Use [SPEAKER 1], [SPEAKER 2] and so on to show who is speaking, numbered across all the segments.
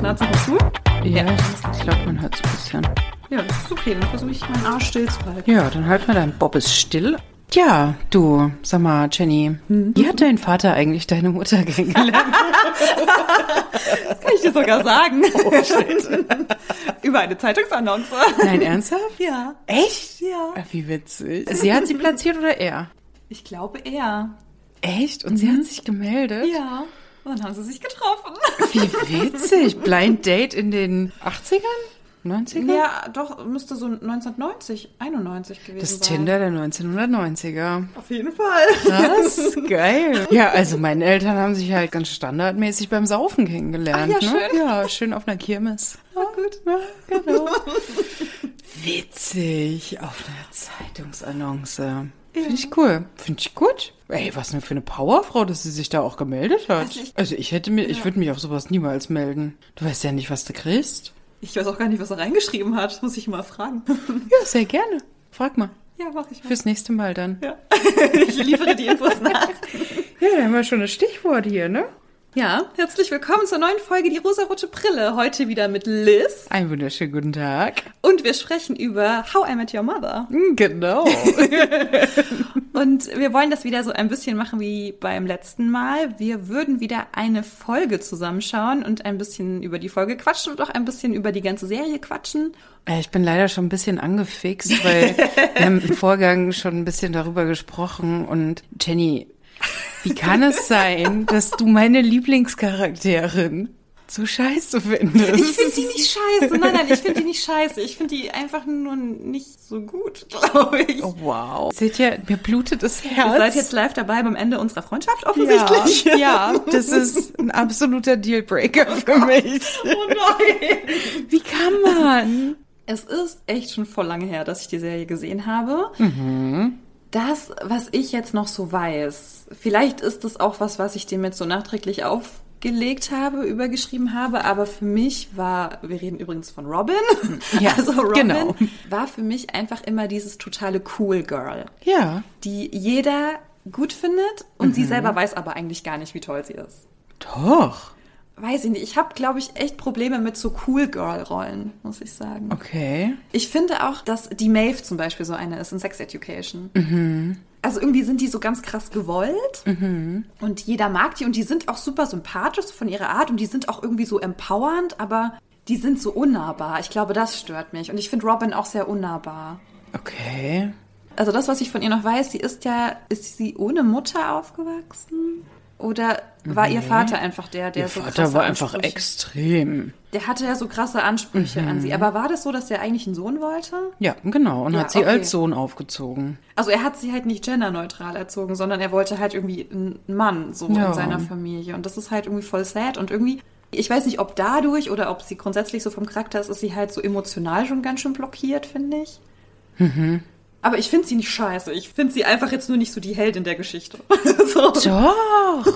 [SPEAKER 1] Hört sich zu?
[SPEAKER 2] Ja, ich glaube, man hört es ein bisschen.
[SPEAKER 1] Ja, das ist okay. Dann versuche ich meinen Arsch still zu halten.
[SPEAKER 2] Ja, dann halt mal dein Bobbes still. Mhm. Ja, du, sag mal, Jenny, wie hat dein Vater eigentlich deine Mutter kennengelernt?
[SPEAKER 1] Das kann ich dir sogar sagen. Oh, Über eine Zeitungsannonce.
[SPEAKER 2] Nein, ernsthaft?
[SPEAKER 1] Ja.
[SPEAKER 2] Echt?
[SPEAKER 1] Ja.
[SPEAKER 2] Ach, wie witzig. Sie hat sie platziert oder er? Mhm.
[SPEAKER 1] Ich glaube er.
[SPEAKER 2] Echt? Und sie hat sich gemeldet?
[SPEAKER 1] Ja. Und dann haben sie sich getroffen.
[SPEAKER 2] Wie witzig. Blind Date in den 80ern? 90ern?
[SPEAKER 1] Ja, doch, müsste so 1990, 91 gewesen
[SPEAKER 2] Das
[SPEAKER 1] sein.
[SPEAKER 2] Tinder der 1990er.
[SPEAKER 1] Auf jeden Fall.
[SPEAKER 2] Was? Geil. Ja, also meine Eltern haben sich halt ganz standardmäßig beim Saufen kennengelernt.
[SPEAKER 1] Ach ja,
[SPEAKER 2] ne? schön. Ah, Ja, schön auf einer Kirmes.
[SPEAKER 1] Oh, gut.
[SPEAKER 2] Ja, genau. Witzig. Auf einer Zeitungsannonce. Finde ich cool. Finde ich gut. Ey, was denn für eine Powerfrau, dass sie sich da auch gemeldet hat.
[SPEAKER 1] Also ich-
[SPEAKER 2] Also ich hätte mir, ich würde mich auf sowas niemals melden. Du weißt ja nicht, was du kriegst.
[SPEAKER 1] Ich weiß auch gar nicht, was er reingeschrieben hat. Muss ich mal fragen.
[SPEAKER 2] Ja, sehr gerne. Frag mal.
[SPEAKER 1] Ja, mach ich mal.
[SPEAKER 2] Fürs nächste Mal dann.
[SPEAKER 1] Ja. Ich liefere die Infos nach.
[SPEAKER 2] Ja, da haben wir schon das Stichwort hier, ne?
[SPEAKER 1] Ja, herzlich willkommen zur neuen Folge Die rosarote Brille. Heute wieder mit Liz.
[SPEAKER 2] Einen wunderschönen guten Tag.
[SPEAKER 1] Und wir sprechen über How I Met Your Mother.
[SPEAKER 2] Hm, Genau.
[SPEAKER 1] Und wir wollen das wieder so ein bisschen machen wie beim letzten Mal. Wir würden wieder eine Folge zusammenschauen und ein bisschen über die Folge quatschen und auch ein bisschen über die ganze Serie quatschen.
[SPEAKER 2] Äh, Ich bin leider schon ein bisschen angefixt, weil wir haben im Vorgang schon ein bisschen darüber gesprochen und Jenny, wie kann es sein, dass du meine Lieblingscharakterin so scheiße findest?
[SPEAKER 1] Ich finde die nicht scheiße. Nein, nein, ich finde die nicht scheiße. Ich finde die einfach nur nicht so gut, glaube ich.
[SPEAKER 2] Oh, wow. Seht ihr, mir blutet das Herz.
[SPEAKER 1] Ihr seid jetzt live dabei beim Ende unserer Freundschaft offensichtlich.
[SPEAKER 2] Ja, ja, das ist ein absoluter Dealbreaker für mich.
[SPEAKER 1] Oh nein.
[SPEAKER 2] Wie kann man?
[SPEAKER 1] Es ist echt schon voll lange her, dass ich die Serie gesehen habe.
[SPEAKER 2] Mhm.
[SPEAKER 1] Das, was ich jetzt noch so weiß, vielleicht ist das auch was, was ich dem jetzt so nachträglich aufgelegt habe, übergeschrieben habe, aber für mich war, wir reden übrigens von Robin,
[SPEAKER 2] Ja,
[SPEAKER 1] also Robin
[SPEAKER 2] genau.
[SPEAKER 1] war für mich einfach immer dieses totale Cool Girl,
[SPEAKER 2] Ja,
[SPEAKER 1] die jeder gut findet
[SPEAKER 2] Mhm.
[SPEAKER 1] und sie selber weiß aber eigentlich gar nicht, wie toll sie ist.
[SPEAKER 2] doch.
[SPEAKER 1] Weiß ich nicht, ich habe, glaube ich, echt Probleme mit so Cool Girl-Rollen, muss ich sagen.
[SPEAKER 2] Okay.
[SPEAKER 1] Ich finde auch, dass die Maeve zum Beispiel so eine ist in Sex Education.
[SPEAKER 2] Mhm.
[SPEAKER 1] Also irgendwie sind die so ganz krass gewollt und jeder mag die und die sind auch super sympathisch von ihrer Art und die sind auch irgendwie so empowernd, aber die sind so unnahbar. Ich glaube, das stört mich und ich finde Robin auch sehr unnahbar.
[SPEAKER 2] Okay.
[SPEAKER 1] Also das, was ich von ihr noch weiß, sie ist ja, ist sie ohne Mutter aufgewachsen? Oder war ihr Vater einfach der, der
[SPEAKER 2] Ihr
[SPEAKER 1] so
[SPEAKER 2] Vater
[SPEAKER 1] krasse
[SPEAKER 2] war einfach
[SPEAKER 1] Ansprüche-
[SPEAKER 2] extrem.
[SPEAKER 1] Der hatte ja so krasse Ansprüche an sie. Aber war das so, dass der eigentlich einen Sohn wollte?
[SPEAKER 2] Ja, genau. Und
[SPEAKER 1] Ja,
[SPEAKER 2] hat sie
[SPEAKER 1] okay.
[SPEAKER 2] als Sohn aufgezogen.
[SPEAKER 1] Also er hat sie halt nicht genderneutral erzogen, sondern er wollte halt irgendwie einen Mann so
[SPEAKER 2] Ja.
[SPEAKER 1] in seiner Familie. Und das ist halt irgendwie voll sad und irgendwie, ich weiß nicht, ob dadurch oder ob sie grundsätzlich so vom Charakter ist, ist sie halt so emotional schon ganz schön blockiert, finde ich. Aber ich finde sie nicht scheiße. Ich finde sie einfach jetzt nur nicht so die Heldin der Geschichte. so.
[SPEAKER 2] Doch.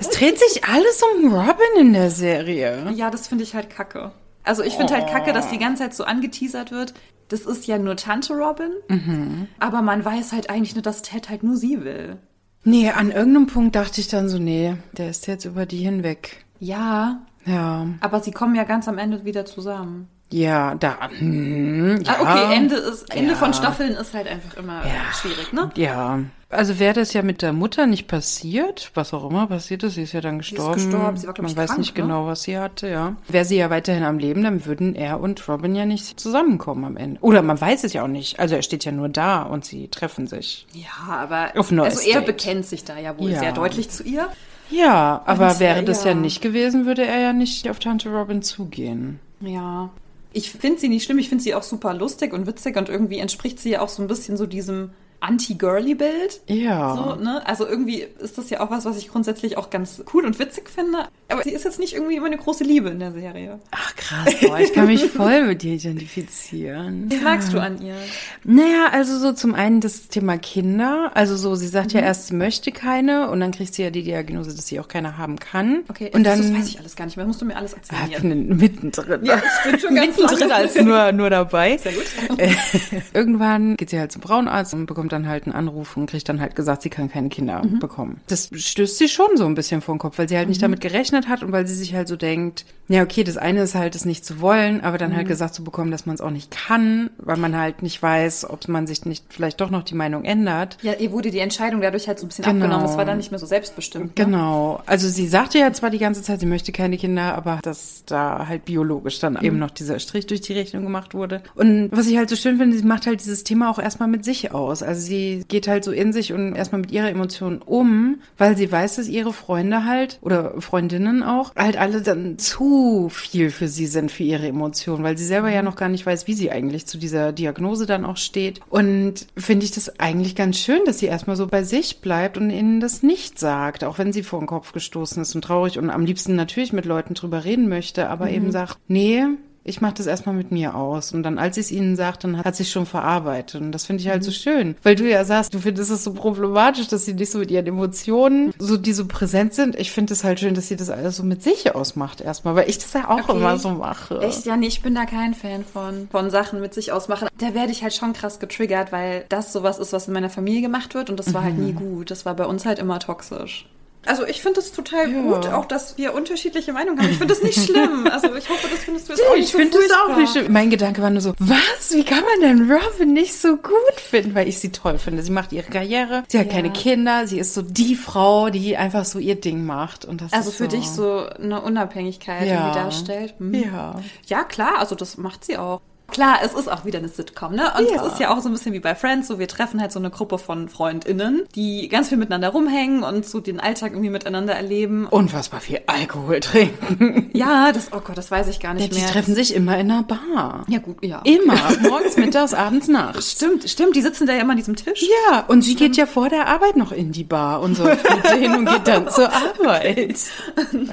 [SPEAKER 2] es dreht sich alles um Robin in der Serie.
[SPEAKER 1] Ja, das finde ich halt kacke. Also ich finde halt kacke,
[SPEAKER 2] Oh.
[SPEAKER 1] dass die ganze Zeit so angeteasert wird. Das ist ja nur Tante Robin.
[SPEAKER 2] Mhm.
[SPEAKER 1] Aber man weiß halt eigentlich nur, dass Ted halt nur sie will.
[SPEAKER 2] Nee, an irgendeinem Punkt dachte ich dann so, nee, der ist jetzt über die hinweg.
[SPEAKER 1] Ja,
[SPEAKER 2] Ja,
[SPEAKER 1] Aber sie kommen ja ganz am Ende wieder zusammen.
[SPEAKER 2] ja, da. Hm, ja.
[SPEAKER 1] Ah, okay, Ende ist Ende
[SPEAKER 2] Ja.
[SPEAKER 1] von Staffeln ist halt einfach immer äh,
[SPEAKER 2] Ja.
[SPEAKER 1] schwierig, ne?
[SPEAKER 2] Ja. Also wäre das ja mit der Mutter nicht passiert, was auch immer passiert ist, sie ist ja dann
[SPEAKER 1] ist
[SPEAKER 2] gestorben.
[SPEAKER 1] gestorben, sie war, glaub
[SPEAKER 2] Man
[SPEAKER 1] ich,
[SPEAKER 2] weiß
[SPEAKER 1] krank,
[SPEAKER 2] nicht
[SPEAKER 1] ne?
[SPEAKER 2] genau, was sie hatte, ja. Wäre sie ja weiterhin am Leben, dann würden er und Robin ja nicht zusammenkommen am Ende. Oder man weiß es ja auch nicht. Also er steht ja nur da und sie treffen sich.
[SPEAKER 1] Ja, aber
[SPEAKER 2] Auf ein neues
[SPEAKER 1] also er
[SPEAKER 2] Date.
[SPEAKER 1] bekennt sich da ja wohl
[SPEAKER 2] Ja.
[SPEAKER 1] sehr deutlich zu ihr.
[SPEAKER 2] Ja, aber
[SPEAKER 1] Und,
[SPEAKER 2] wäre
[SPEAKER 1] äh,
[SPEAKER 2] das ja.
[SPEAKER 1] ja.
[SPEAKER 2] nicht gewesen, würde er ja nicht auf Tante Robin zugehen.
[SPEAKER 1] Ja. Ich finde sie nicht schlimm, ich finde sie auch super lustig und witzig und irgendwie entspricht sie ja auch so ein bisschen so diesem Anti-Girly-Bild.
[SPEAKER 2] Ja.
[SPEAKER 1] So, ne? Also irgendwie ist das ja auch was, was ich grundsätzlich auch ganz cool und witzig finde. Aber sie ist jetzt nicht irgendwie immer eine große Liebe in der Serie.
[SPEAKER 2] Ach krass, boah, ich kann mich voll mit dir identifizieren.
[SPEAKER 1] Was magst du an ihr?
[SPEAKER 2] Naja, also so zum einen das Thema Kinder. Also so, sie sagt ja erst, sie möchte keine und dann kriegt sie ja die Diagnose, dass sie auch keine haben kann.
[SPEAKER 1] Okay, also
[SPEAKER 2] und
[SPEAKER 1] das,
[SPEAKER 2] dann
[SPEAKER 1] das weiß ich alles gar nicht mehr. Musst du mir alles erzählen.
[SPEAKER 2] Ah,
[SPEAKER 1] jetzt.
[SPEAKER 2] bin mittendrin.
[SPEAKER 1] Ja, ich bin schon ganz
[SPEAKER 2] mittendrin
[SPEAKER 1] lange.
[SPEAKER 2] als nur, nur dabei.
[SPEAKER 1] Sehr gut.
[SPEAKER 2] Irgendwann geht sie halt zum Frauenarzt und bekommt dann halt einen Anruf
[SPEAKER 1] Mhm.
[SPEAKER 2] und kriegt dann halt gesagt, sie kann keine Kinder bekommen. Das stößt sie schon so ein bisschen vor den Kopf, weil sie halt nicht damit gerechnet gezeichnet hat und weil sie sich halt so denkt, ja, okay, das eine ist halt, es nicht zu wollen, aber dann
[SPEAKER 1] Mhm.
[SPEAKER 2] halt gesagt zu bekommen, dass man es auch nicht kann, weil man halt nicht weiß, ob man sich nicht vielleicht doch noch die Meinung ändert.
[SPEAKER 1] Ja, ihr wurde die Entscheidung dadurch halt so ein bisschen
[SPEAKER 2] Genau.
[SPEAKER 1] abgenommen. Es war dann nicht mehr so selbstbestimmt. Ne?
[SPEAKER 2] Genau. Also sie sagte ja zwar die ganze Zeit, sie möchte keine Kinder, aber dass da halt biologisch dann eben noch dieser Strich durch die Rechnung gemacht wurde. Und was ich halt so schön finde, sie macht halt dieses Thema auch erstmal mit sich aus. Also sie geht halt so in sich und erstmal mit ihrer Emotion um, weil sie weiß, dass ihre Freunde halt oder Freundinnen auch halt alle dann zu viel für sie sind, für ihre Emotionen, weil sie selber ja noch gar nicht weiß, wie sie eigentlich zu dieser Diagnose dann auch steht. Und finde ich das eigentlich ganz schön, dass sie erstmal so bei sich bleibt und ihnen das nicht sagt, auch wenn sie vor den Kopf gestoßen ist und traurig und am liebsten natürlich mit Leuten drüber reden möchte,
[SPEAKER 1] Mhm.
[SPEAKER 2] aber eben sagt, nee, ich mache das erstmal mit mir aus. Und dann, als sie es ihnen sagt, dann hat sie es schon verarbeitet. Und das finde ich halt
[SPEAKER 1] Mhm.
[SPEAKER 2] so schön. Weil du ja sagst, du findest es so problematisch, dass sie nicht so mit ihren Emotionen, so die so präsent sind. Ich finde es halt schön, dass sie das alles so mit sich ausmacht erstmal, weil ich das ja auch
[SPEAKER 1] Okay.
[SPEAKER 2] immer so mache.
[SPEAKER 1] Echt? Ja, nee, ich bin da kein Fan von, von Sachen mit sich ausmachen. Da werde ich halt schon krass getriggert, weil das sowas ist, was in meiner Familie gemacht wird und das war halt nie gut. Das war bei uns halt immer toxisch. Also ich finde es total
[SPEAKER 2] Ja.
[SPEAKER 1] gut, auch dass wir unterschiedliche Meinungen haben. Ich finde das nicht schlimm. Also ich hoffe, das findest du jetzt auch
[SPEAKER 2] Nee,
[SPEAKER 1] nicht
[SPEAKER 2] ich
[SPEAKER 1] so
[SPEAKER 2] finde es auch
[SPEAKER 1] furchtbar.
[SPEAKER 2] nicht schlimm. Mein Gedanke war nur so, was? Wie kann man denn Robin nicht so gut finden? Weil ich sie toll finde. Sie macht ihre Karriere, sie hat
[SPEAKER 1] Ja.
[SPEAKER 2] keine Kinder, sie ist so die Frau, die einfach so ihr Ding macht. Und das
[SPEAKER 1] Also
[SPEAKER 2] ist
[SPEAKER 1] für dich so eine Unabhängigkeit
[SPEAKER 2] Ja.
[SPEAKER 1] irgendwie darstellt. Hm.
[SPEAKER 2] Ja.
[SPEAKER 1] Ja, klar, also das macht sie auch. Klar, es ist auch wieder eine Sitcom, ne? Und
[SPEAKER 2] Ja.
[SPEAKER 1] es ist ja auch so ein bisschen wie bei Friends, so wir treffen halt so eine Gruppe von FreundInnen, die ganz viel miteinander rumhängen und so den Alltag irgendwie miteinander erleben.
[SPEAKER 2] Unfassbar viel Alkohol trinken.
[SPEAKER 1] Ja, das, oh Gott, das weiß ich gar
[SPEAKER 2] Ja,
[SPEAKER 1] nicht
[SPEAKER 2] die
[SPEAKER 1] mehr.
[SPEAKER 2] treffen sich immer in einer Bar.
[SPEAKER 1] ja, gut, ja.
[SPEAKER 2] Immer. Morgens, mittags, abends, nachts.
[SPEAKER 1] Stimmt, stimmt, die sitzen da ja immer an diesem Tisch.
[SPEAKER 2] Ja, und sie geht ja vor der Arbeit noch in die Bar und so mit hin und geht dann zur Arbeit.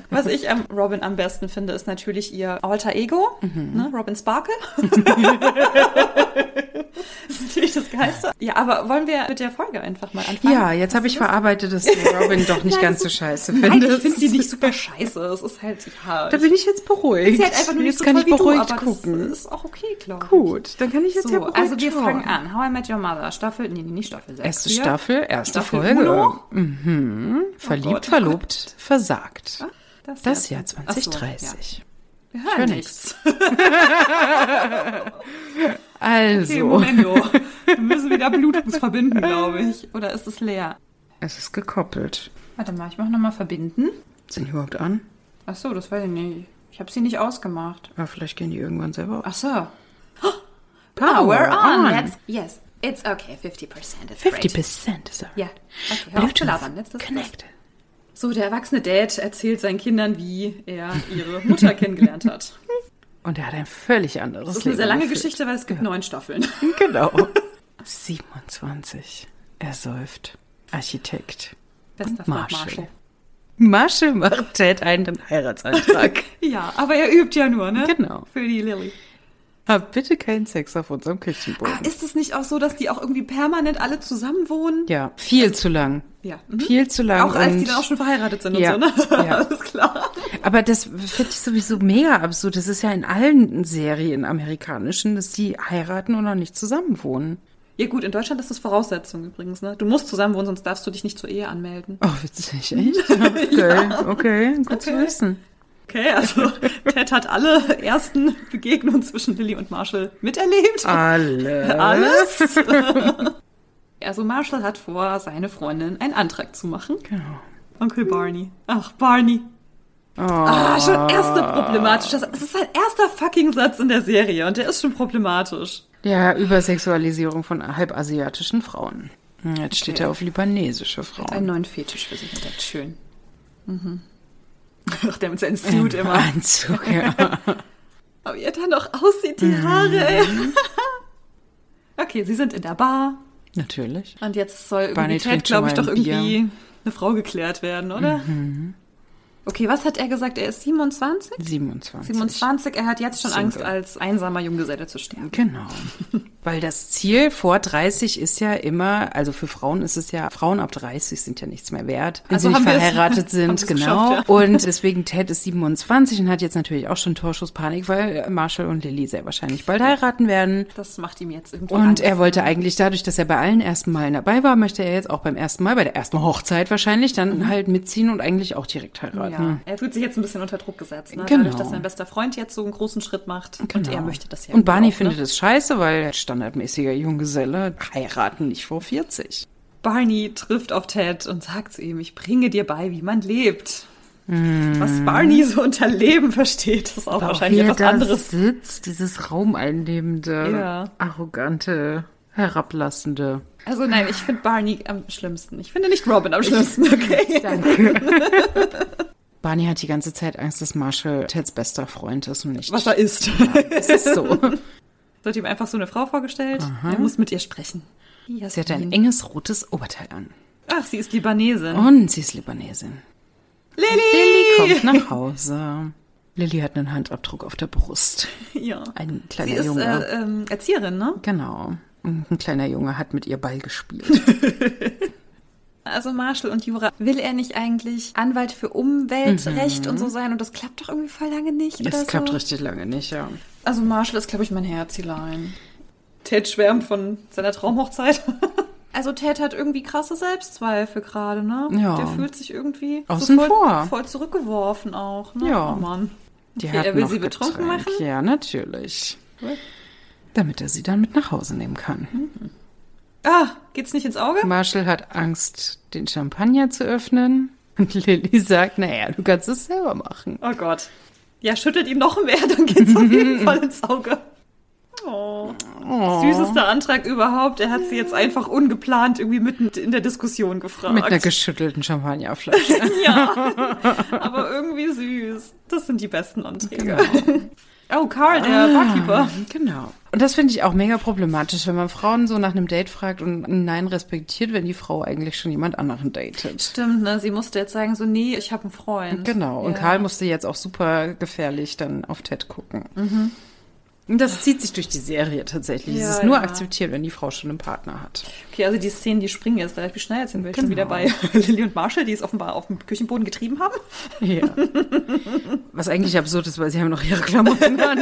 [SPEAKER 1] Was ich am Robin am besten finde, ist natürlich ihr Alter Ego,
[SPEAKER 2] Mhm.
[SPEAKER 1] ne? Robin Sparkle. das ist natürlich das Geilste. Ja, aber wollen wir mit der Folge einfach mal anfangen?
[SPEAKER 2] Ja, jetzt habe ich verarbeitet, dass du Robin doch nicht
[SPEAKER 1] Nein,
[SPEAKER 2] ganz
[SPEAKER 1] das
[SPEAKER 2] so
[SPEAKER 1] ist-
[SPEAKER 2] scheiße
[SPEAKER 1] Nein, ich
[SPEAKER 2] findest.
[SPEAKER 1] finde die nicht super scheiße. Es ist halt, ja.
[SPEAKER 2] Da bin ich jetzt beruhigt.
[SPEAKER 1] ist halt einfach nur nicht
[SPEAKER 2] jetzt
[SPEAKER 1] so
[SPEAKER 2] kann
[SPEAKER 1] toll
[SPEAKER 2] ich beruhigt
[SPEAKER 1] wie du, aber
[SPEAKER 2] gucken.
[SPEAKER 1] Das ist auch okay, glaube ich.
[SPEAKER 2] Gut, dann kann ich jetzt
[SPEAKER 1] So,
[SPEAKER 2] ja beruhigt
[SPEAKER 1] also wir
[SPEAKER 2] schauen.
[SPEAKER 1] fangen an. How I Met Your Mother. Staffel, nee, nee, nicht Staffel 6.
[SPEAKER 2] Erste Staffel, erste
[SPEAKER 1] Staffel
[SPEAKER 2] Folge.
[SPEAKER 1] Uno. Oh
[SPEAKER 2] Mhm. Verliebt,
[SPEAKER 1] Gott.
[SPEAKER 2] verlobt, versagt.
[SPEAKER 1] Das,
[SPEAKER 2] Das Jahr
[SPEAKER 1] Ach so,
[SPEAKER 2] 2030.
[SPEAKER 1] ja. Wir hören
[SPEAKER 2] Schön.
[SPEAKER 1] nichts.
[SPEAKER 2] Also,
[SPEAKER 1] Okay, Moment, oh. wir müssen wieder Bluetooth verbinden, glaube ich. Oder ist es leer?
[SPEAKER 2] es ist gekoppelt.
[SPEAKER 1] Warte mal, ich mache nochmal verbinden.
[SPEAKER 2] Sind die überhaupt an?
[SPEAKER 1] Ach so, das weiß ich nicht. Ich habe sie nicht ausgemacht.
[SPEAKER 2] Aber vielleicht gehen die irgendwann selber
[SPEAKER 1] Ach so. Ah,
[SPEAKER 2] Power Oh, on.
[SPEAKER 1] That's, yes, it's okay. 50%. It's great.
[SPEAKER 2] 50% ist er.
[SPEAKER 1] Ja. Okay, hör auf zu labern. Let's discuss.
[SPEAKER 2] connected.
[SPEAKER 1] So, der erwachsene Dad erzählt seinen Kindern, wie er ihre Mutter kennengelernt hat.
[SPEAKER 2] Und er hat ein völlig anderes
[SPEAKER 1] Das ist eine sehr
[SPEAKER 2] Leben
[SPEAKER 1] lange
[SPEAKER 2] geführt.
[SPEAKER 1] Geschichte, weil es gibt neun Staffeln.
[SPEAKER 2] Genau. 27. Er säuft. Architekt.
[SPEAKER 1] Bester Freund
[SPEAKER 2] Marshall. Marshall macht Ted einen Heiratsantrag.
[SPEAKER 1] Ja, aber er übt ja nur, ne?
[SPEAKER 2] Genau.
[SPEAKER 1] Für die Lilly. Ah,
[SPEAKER 2] Hab bitte keinen Sex auf unserem Küchenboden.
[SPEAKER 1] Ist es nicht auch so, dass die auch irgendwie permanent alle zusammen wohnen?
[SPEAKER 2] Ja, viel zu lang.
[SPEAKER 1] Ja. mhm.
[SPEAKER 2] Viel zu lang.
[SPEAKER 1] Auch als die
[SPEAKER 2] und-
[SPEAKER 1] dann auch schon verheiratet sind
[SPEAKER 2] Ja,
[SPEAKER 1] und so, ne?
[SPEAKER 2] ja.
[SPEAKER 1] Alles klar.
[SPEAKER 2] Aber das finde ich sowieso mega absurd. Das ist ja in allen Serien amerikanischen, dass die heiraten und noch nicht zusammen wohnen.
[SPEAKER 1] Ja gut, in Deutschland ist das Voraussetzung übrigens, ne? Du musst zusammen wohnen, sonst darfst du dich nicht zur Ehe anmelden.
[SPEAKER 2] Oh, witzig, echt? Okay, okay, gut zu
[SPEAKER 1] Okay.
[SPEAKER 2] wissen.
[SPEAKER 1] Okay, also Ted hat alle ersten Begegnungen zwischen Lilly und Marshall miterlebt.
[SPEAKER 2] Alle.
[SPEAKER 1] Alles? also Marshall hat vor, seine Freundin einen Antrag zu machen.
[SPEAKER 2] Genau.
[SPEAKER 1] Onkel Barney. Ach, Barney. Ah, schon erster problematisch. Das, das ist sein erster fucking Satz in der Serie und der ist schon problematisch.
[SPEAKER 2] Ja, Übersexualisierung von halbasiatischen Frauen. Hm, Jetzt steht er auf libanesische Frauen.
[SPEAKER 1] neuen Fetisch für sich entdeckt. Schön. Mhm. Ach, der mit seinem Suit immer.
[SPEAKER 2] Anzug, ja.
[SPEAKER 1] Aber wie er dann noch aussieht, die
[SPEAKER 2] Mhm.
[SPEAKER 1] Haare, ey. okay, sie sind in der Bar.
[SPEAKER 2] Natürlich.
[SPEAKER 1] Und jetzt soll
[SPEAKER 2] Barney
[SPEAKER 1] irgendwie Ted,
[SPEAKER 2] trinkt schon
[SPEAKER 1] glaube ich,
[SPEAKER 2] mal
[SPEAKER 1] doch
[SPEAKER 2] ein Bier. Mhm.
[SPEAKER 1] irgendwie eine Frau geklärt werden, oder? Okay, was hat er gesagt? Er ist 27?
[SPEAKER 2] 27.
[SPEAKER 1] 27, er hat jetzt schon Angst,
[SPEAKER 2] Single.
[SPEAKER 1] als einsamer Junggeselle zu sterben.
[SPEAKER 2] Genau. Weil das Ziel vor 30 ist ja immer, also für Frauen ist es ja, Frauen ab 30 sind ja nichts mehr wert, wenn
[SPEAKER 1] Also
[SPEAKER 2] sie nicht
[SPEAKER 1] haben wir es-
[SPEAKER 2] verheiratet
[SPEAKER 1] haben
[SPEAKER 2] sind,
[SPEAKER 1] wir es
[SPEAKER 2] genau.
[SPEAKER 1] geschafft,
[SPEAKER 2] Und deswegen Ted ist 27 und hat jetzt natürlich auch schon Torschusspanik, weil Marshall und Lily sehr wahrscheinlich bald heiraten werden.
[SPEAKER 1] Das macht ihm jetzt irgendwie
[SPEAKER 2] Und
[SPEAKER 1] Angst.
[SPEAKER 2] er wollte eigentlich dadurch, dass er bei allen ersten Malen dabei war, möchte er jetzt auch beim ersten Mal, bei der ersten Hochzeit wahrscheinlich, dann halt mitziehen und eigentlich auch direkt
[SPEAKER 1] ja,
[SPEAKER 2] heiraten.
[SPEAKER 1] er fühlt sich jetzt ein bisschen unter Druck gesetzt, ne?
[SPEAKER 2] Genau.
[SPEAKER 1] dadurch, dass sein bester Freund jetzt so einen großen Schritt macht und er möchte das ja.
[SPEAKER 2] Und Barney
[SPEAKER 1] auch,
[SPEAKER 2] findet
[SPEAKER 1] Ne?
[SPEAKER 2] es scheiße, weil standardmäßiger Junggeselle heiraten nicht vor 40.
[SPEAKER 1] Barney trifft auf Ted und sagt zu ihm, ich bringe dir bei, wie man lebt. Was
[SPEAKER 2] Hm.
[SPEAKER 1] Barney so unter Leben versteht, ist auch wahrscheinlich etwas anderes.
[SPEAKER 2] sitzt, dieses raumeinnehmende,
[SPEAKER 1] Ja.
[SPEAKER 2] arrogante, herablassende.
[SPEAKER 1] Also nein, ich finde Barney am schlimmsten. Ich finde nicht Robin am schlimmsten, okay?
[SPEAKER 2] Barney hat die ganze Zeit Angst, dass Marshall Teds bester Freund ist und nicht.
[SPEAKER 1] Was er ist.
[SPEAKER 2] das ist so.
[SPEAKER 1] Wird ihm einfach so eine Frau vorgestellt. Er muss mit ihr sprechen.
[SPEAKER 2] Sie hat ein enges rotes Oberteil an.
[SPEAKER 1] Ach, sie ist Libanesin.
[SPEAKER 2] Und sie ist Libanesin.
[SPEAKER 1] Lilly!
[SPEAKER 2] Oh. Lilly kommt nach Hause. Lilly hat einen Handabdruck auf der Brust.
[SPEAKER 1] Ja.
[SPEAKER 2] Ein
[SPEAKER 1] Sie
[SPEAKER 2] kleiner
[SPEAKER 1] ist
[SPEAKER 2] Junge.
[SPEAKER 1] äh, ähm, Erzieherin, ne?
[SPEAKER 2] genau. Und ein kleiner Junge hat mit ihr Ball gespielt.
[SPEAKER 1] Also Marshall und Jura, will er nicht eigentlich Anwalt für Umweltrecht und so sein? Und das klappt doch irgendwie voll lange nicht. oder
[SPEAKER 2] Das Mhm. klappt
[SPEAKER 1] so.
[SPEAKER 2] richtig lange nicht, ja.
[SPEAKER 1] Also Marshall ist, glaube ich, mein Herzilein. Ted schwärmt von seiner Traumhochzeit. Also Ted hat irgendwie krasse Selbstzweifel gerade, ne?
[SPEAKER 2] Ja.
[SPEAKER 1] Der fühlt sich irgendwie
[SPEAKER 2] Außen
[SPEAKER 1] voll,
[SPEAKER 2] vor.
[SPEAKER 1] voll zurückgeworfen auch, ne?
[SPEAKER 2] Ja.
[SPEAKER 1] Oh Mann.
[SPEAKER 2] Die
[SPEAKER 1] Okay,
[SPEAKER 2] hat
[SPEAKER 1] er will
[SPEAKER 2] noch
[SPEAKER 1] sie betrunken
[SPEAKER 2] Getränk.
[SPEAKER 1] machen?
[SPEAKER 2] Ja, natürlich. Damit er sie dann mit nach Hause nehmen kann.
[SPEAKER 1] Mhm. Ah, geht's nicht ins Auge?
[SPEAKER 2] Marshall hat Angst, den Champagner zu öffnen. Und Lilly sagt, naja, du kannst es selber machen.
[SPEAKER 1] Oh Gott. Ja, schüttelt ihm noch mehr, dann geht's auf jeden Fall ins Auge. Oh. Süßester Antrag überhaupt. Er hat sie jetzt einfach ungeplant irgendwie mitten in der Diskussion gefragt.
[SPEAKER 2] Mit einer geschüttelten Champagnerflasche.
[SPEAKER 1] Aber irgendwie süß. Das sind die besten Anträge. Oh, Carl, der Barkeeper.
[SPEAKER 2] Genau. Und das finde ich auch mega problematisch, wenn man Frauen so nach einem Date fragt und ein Nein respektiert, wenn die Frau eigentlich schon jemand anderen datet.
[SPEAKER 1] Stimmt, ne? Sie musste jetzt sagen, so, nee, ich habe einen Freund.
[SPEAKER 2] Genau. Und
[SPEAKER 1] Ja.
[SPEAKER 2] Karl musste jetzt auch super gefährlich dann auf Ted gucken. Und das zieht sich durch die Serie tatsächlich.
[SPEAKER 1] Mhm. Ja,
[SPEAKER 2] es ist nur
[SPEAKER 1] ja.
[SPEAKER 2] akzeptiert, wenn die Frau schon einen Partner hat.
[SPEAKER 1] Okay, also die Szenen, die springen jetzt relativ schnell. Jetzt sind wir schon
[SPEAKER 2] Genau.
[SPEAKER 1] wieder bei Lilly und Marshall, die es offenbar auf dem Küchenboden getrieben haben.
[SPEAKER 2] Ja. Was eigentlich absurd ist, weil sie haben noch ihre Klamotten an.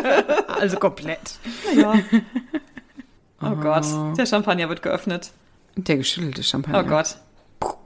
[SPEAKER 2] also komplett.
[SPEAKER 1] Ja. Oh Gott, der Champagner wird geöffnet.
[SPEAKER 2] Und der geschüttelte
[SPEAKER 1] Oh
[SPEAKER 2] Champagner.
[SPEAKER 1] Gott.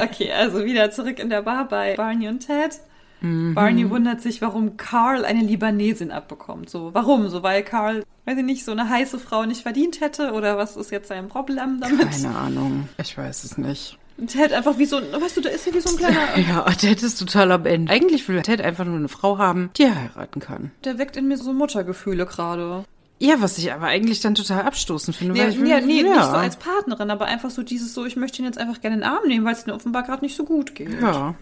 [SPEAKER 1] okay, also wieder zurück in der Bar bei Barney und Ted.
[SPEAKER 2] Mhm.
[SPEAKER 1] Barney wundert sich, warum Carl eine Libanesin abbekommt. So, warum? So, weil Carl, weiß ich nicht, so eine heiße Frau nicht verdient hätte oder was ist jetzt sein Problem damit?
[SPEAKER 2] Keine Ahnung. Ich weiß es nicht.
[SPEAKER 1] Und Ted einfach wie so ein, weißt du, da ist ja wie so ein kleiner,
[SPEAKER 2] Ja, Ted ist total am Ende. Eigentlich will Ted einfach nur eine Frau haben, die er heiraten kann.
[SPEAKER 1] der weckt in mir so Muttergefühle gerade.
[SPEAKER 2] Ja, was ich aber eigentlich dann total abstoßend finde.
[SPEAKER 1] Nee,
[SPEAKER 2] weil ich will-
[SPEAKER 1] nee, nee
[SPEAKER 2] ja.
[SPEAKER 1] nicht so als Partnerin, aber einfach so dieses so, ich möchte ihn jetzt einfach gerne in den Arm nehmen, weil es ihm offenbar gerade nicht so gut geht.
[SPEAKER 2] Ja.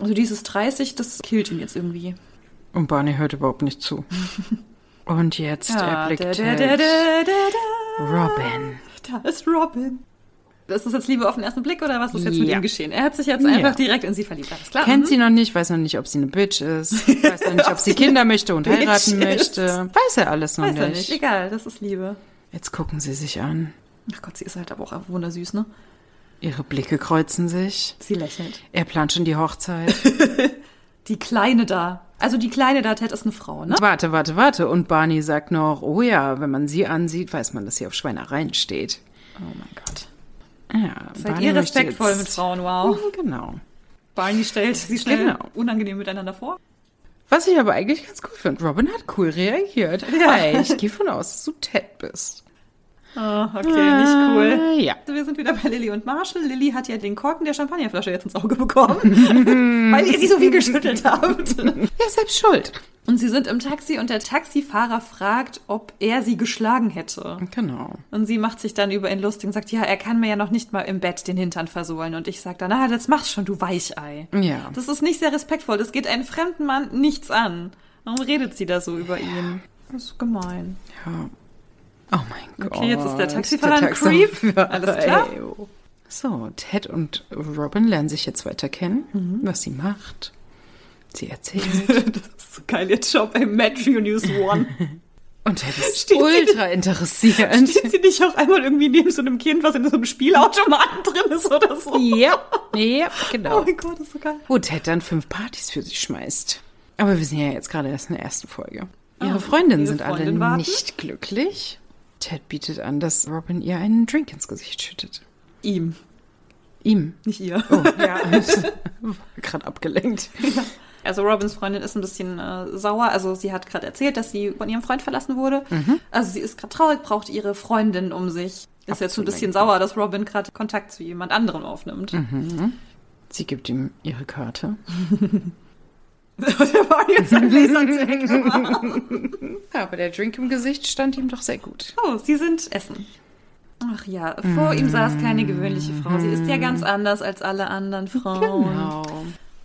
[SPEAKER 1] Also dieses 30, das killt ihn jetzt irgendwie.
[SPEAKER 2] Und Barney hört überhaupt nicht zu. Und jetzt erblickt
[SPEAKER 1] da,
[SPEAKER 2] Ted
[SPEAKER 1] da, da, da, da, da.
[SPEAKER 2] Robin.
[SPEAKER 1] Da ist Robin. Das ist jetzt Liebe auf den ersten Blick oder was ist jetzt mit
[SPEAKER 2] Ja.
[SPEAKER 1] ihm geschehen? Er hat sich jetzt
[SPEAKER 2] Ja.
[SPEAKER 1] einfach direkt in sie verliebt. Alles klar.
[SPEAKER 2] Kennt sie noch nicht, weiß noch nicht, ob sie eine Bitch ist, weiß noch nicht, ob sie Kinder möchte und
[SPEAKER 1] Bitch
[SPEAKER 2] heiraten
[SPEAKER 1] ist.
[SPEAKER 2] möchte. Weiß er alles noch
[SPEAKER 1] Weiß er
[SPEAKER 2] nicht.
[SPEAKER 1] nicht. Egal, das ist Liebe.
[SPEAKER 2] Jetzt gucken sie sich an.
[SPEAKER 1] Ach Gott, sie ist halt aber auch wundersüß, ne?
[SPEAKER 2] Ihre Blicke kreuzen sich.
[SPEAKER 1] Sie lächelt.
[SPEAKER 2] Er plant schon die Hochzeit.
[SPEAKER 1] Die Kleine da. Also die Kleine da, Ted, ist eine Frau, ne?
[SPEAKER 2] Warte, warte, warte. Und Barney sagt noch, oh ja, wenn man sie ansieht, weiß man, dass sie auf Schweinereien steht.
[SPEAKER 1] Oh mein Gott.
[SPEAKER 2] Ja,
[SPEAKER 1] Seid ihr
[SPEAKER 2] möchte
[SPEAKER 1] respektvoll
[SPEAKER 2] jetzt-
[SPEAKER 1] mit Frauen, wow.
[SPEAKER 2] Genau.
[SPEAKER 1] Barney stellt sie schnell
[SPEAKER 2] Genau.
[SPEAKER 1] unangenehm miteinander vor.
[SPEAKER 2] Was ich aber eigentlich ganz cool finde, Robin hat cool reagiert. Hi, ich gehe von aus, dass du Ted bist.
[SPEAKER 1] Ah, okay, nicht cool. Also
[SPEAKER 2] Äh, ja.
[SPEAKER 1] Wir sind wieder bei Lilly und Marshall. Lilly hat ja den Korken der Champagnerflasche jetzt ins Auge bekommen, weil ihr sie so viel geschüttelt habt.
[SPEAKER 2] Ja, selbst schuld.
[SPEAKER 1] Und sie sind im Taxi und der Taxifahrer fragt, ob er sie geschlagen hätte.
[SPEAKER 2] Genau.
[SPEAKER 1] Und sie macht sich dann über ihn lustig und sagt, ja, er kann mir ja noch nicht mal im Bett den Hintern versohlen. Und ich sag dann, ah, das machst schon, du Weichei.
[SPEAKER 2] Ja.
[SPEAKER 1] Das ist nicht sehr respektvoll. Das geht einen fremden Mann nichts an. Warum redet sie da so über ihn? Das ist gemein.
[SPEAKER 2] ja. Oh mein Gott.
[SPEAKER 1] Okay, jetzt ist der Taxifahrer ein Creep. Alles klar.
[SPEAKER 2] Ey, oh. So, Ted und Robin lernen sich jetzt weiter kennen,
[SPEAKER 1] Mhm.
[SPEAKER 2] was sie macht. Sie erzählt.
[SPEAKER 1] Das ist so geil, ihr Job im Metro News One.
[SPEAKER 2] Und das ist
[SPEAKER 1] Steht sie-
[SPEAKER 2] ultra interessierend.
[SPEAKER 1] Steht sie nicht auch einmal irgendwie neben so einem Kind, was in so einem Spielautomaten drin ist oder so?
[SPEAKER 2] Ja, ja,
[SPEAKER 1] Oh
[SPEAKER 2] genau.
[SPEAKER 1] mein Gott, ist so geil.
[SPEAKER 2] Wo Ted dann fünf Partys für sich schmeißt. Aber wir sind ja jetzt gerade erst in der ersten Folge. Ah, Ihre Freundinnen
[SPEAKER 1] ihre
[SPEAKER 2] sind alle
[SPEAKER 1] Freundin warten.
[SPEAKER 2] nicht glücklich. Ted bietet an, dass Robin ihr einen Drink ins Gesicht schüttet.
[SPEAKER 1] Ihm,
[SPEAKER 2] Ihm.
[SPEAKER 1] nicht ihr.
[SPEAKER 2] Oh, ja. gerade abgelenkt.
[SPEAKER 1] Also Robins Freundin ist ein bisschen äh, sauer. Also sie hat gerade erzählt, dass sie von ihrem Freund verlassen wurde. Also sie ist gerade traurig, braucht ihre Freundin um sich. Ist jetzt ein bisschen sauer, dass Robin gerade Kontakt zu jemand anderem aufnimmt.
[SPEAKER 2] Sie gibt ihm ihre Karte.
[SPEAKER 1] Der war jetzt ein Laserzeig.
[SPEAKER 2] Aber der Drink im Gesicht stand ihm doch sehr gut.
[SPEAKER 1] Oh, sie sind Essen. Ach ja, vor ihm saß keine gewöhnliche Frau. Sie ist ja ganz anders als alle anderen Frauen.
[SPEAKER 2] Genau.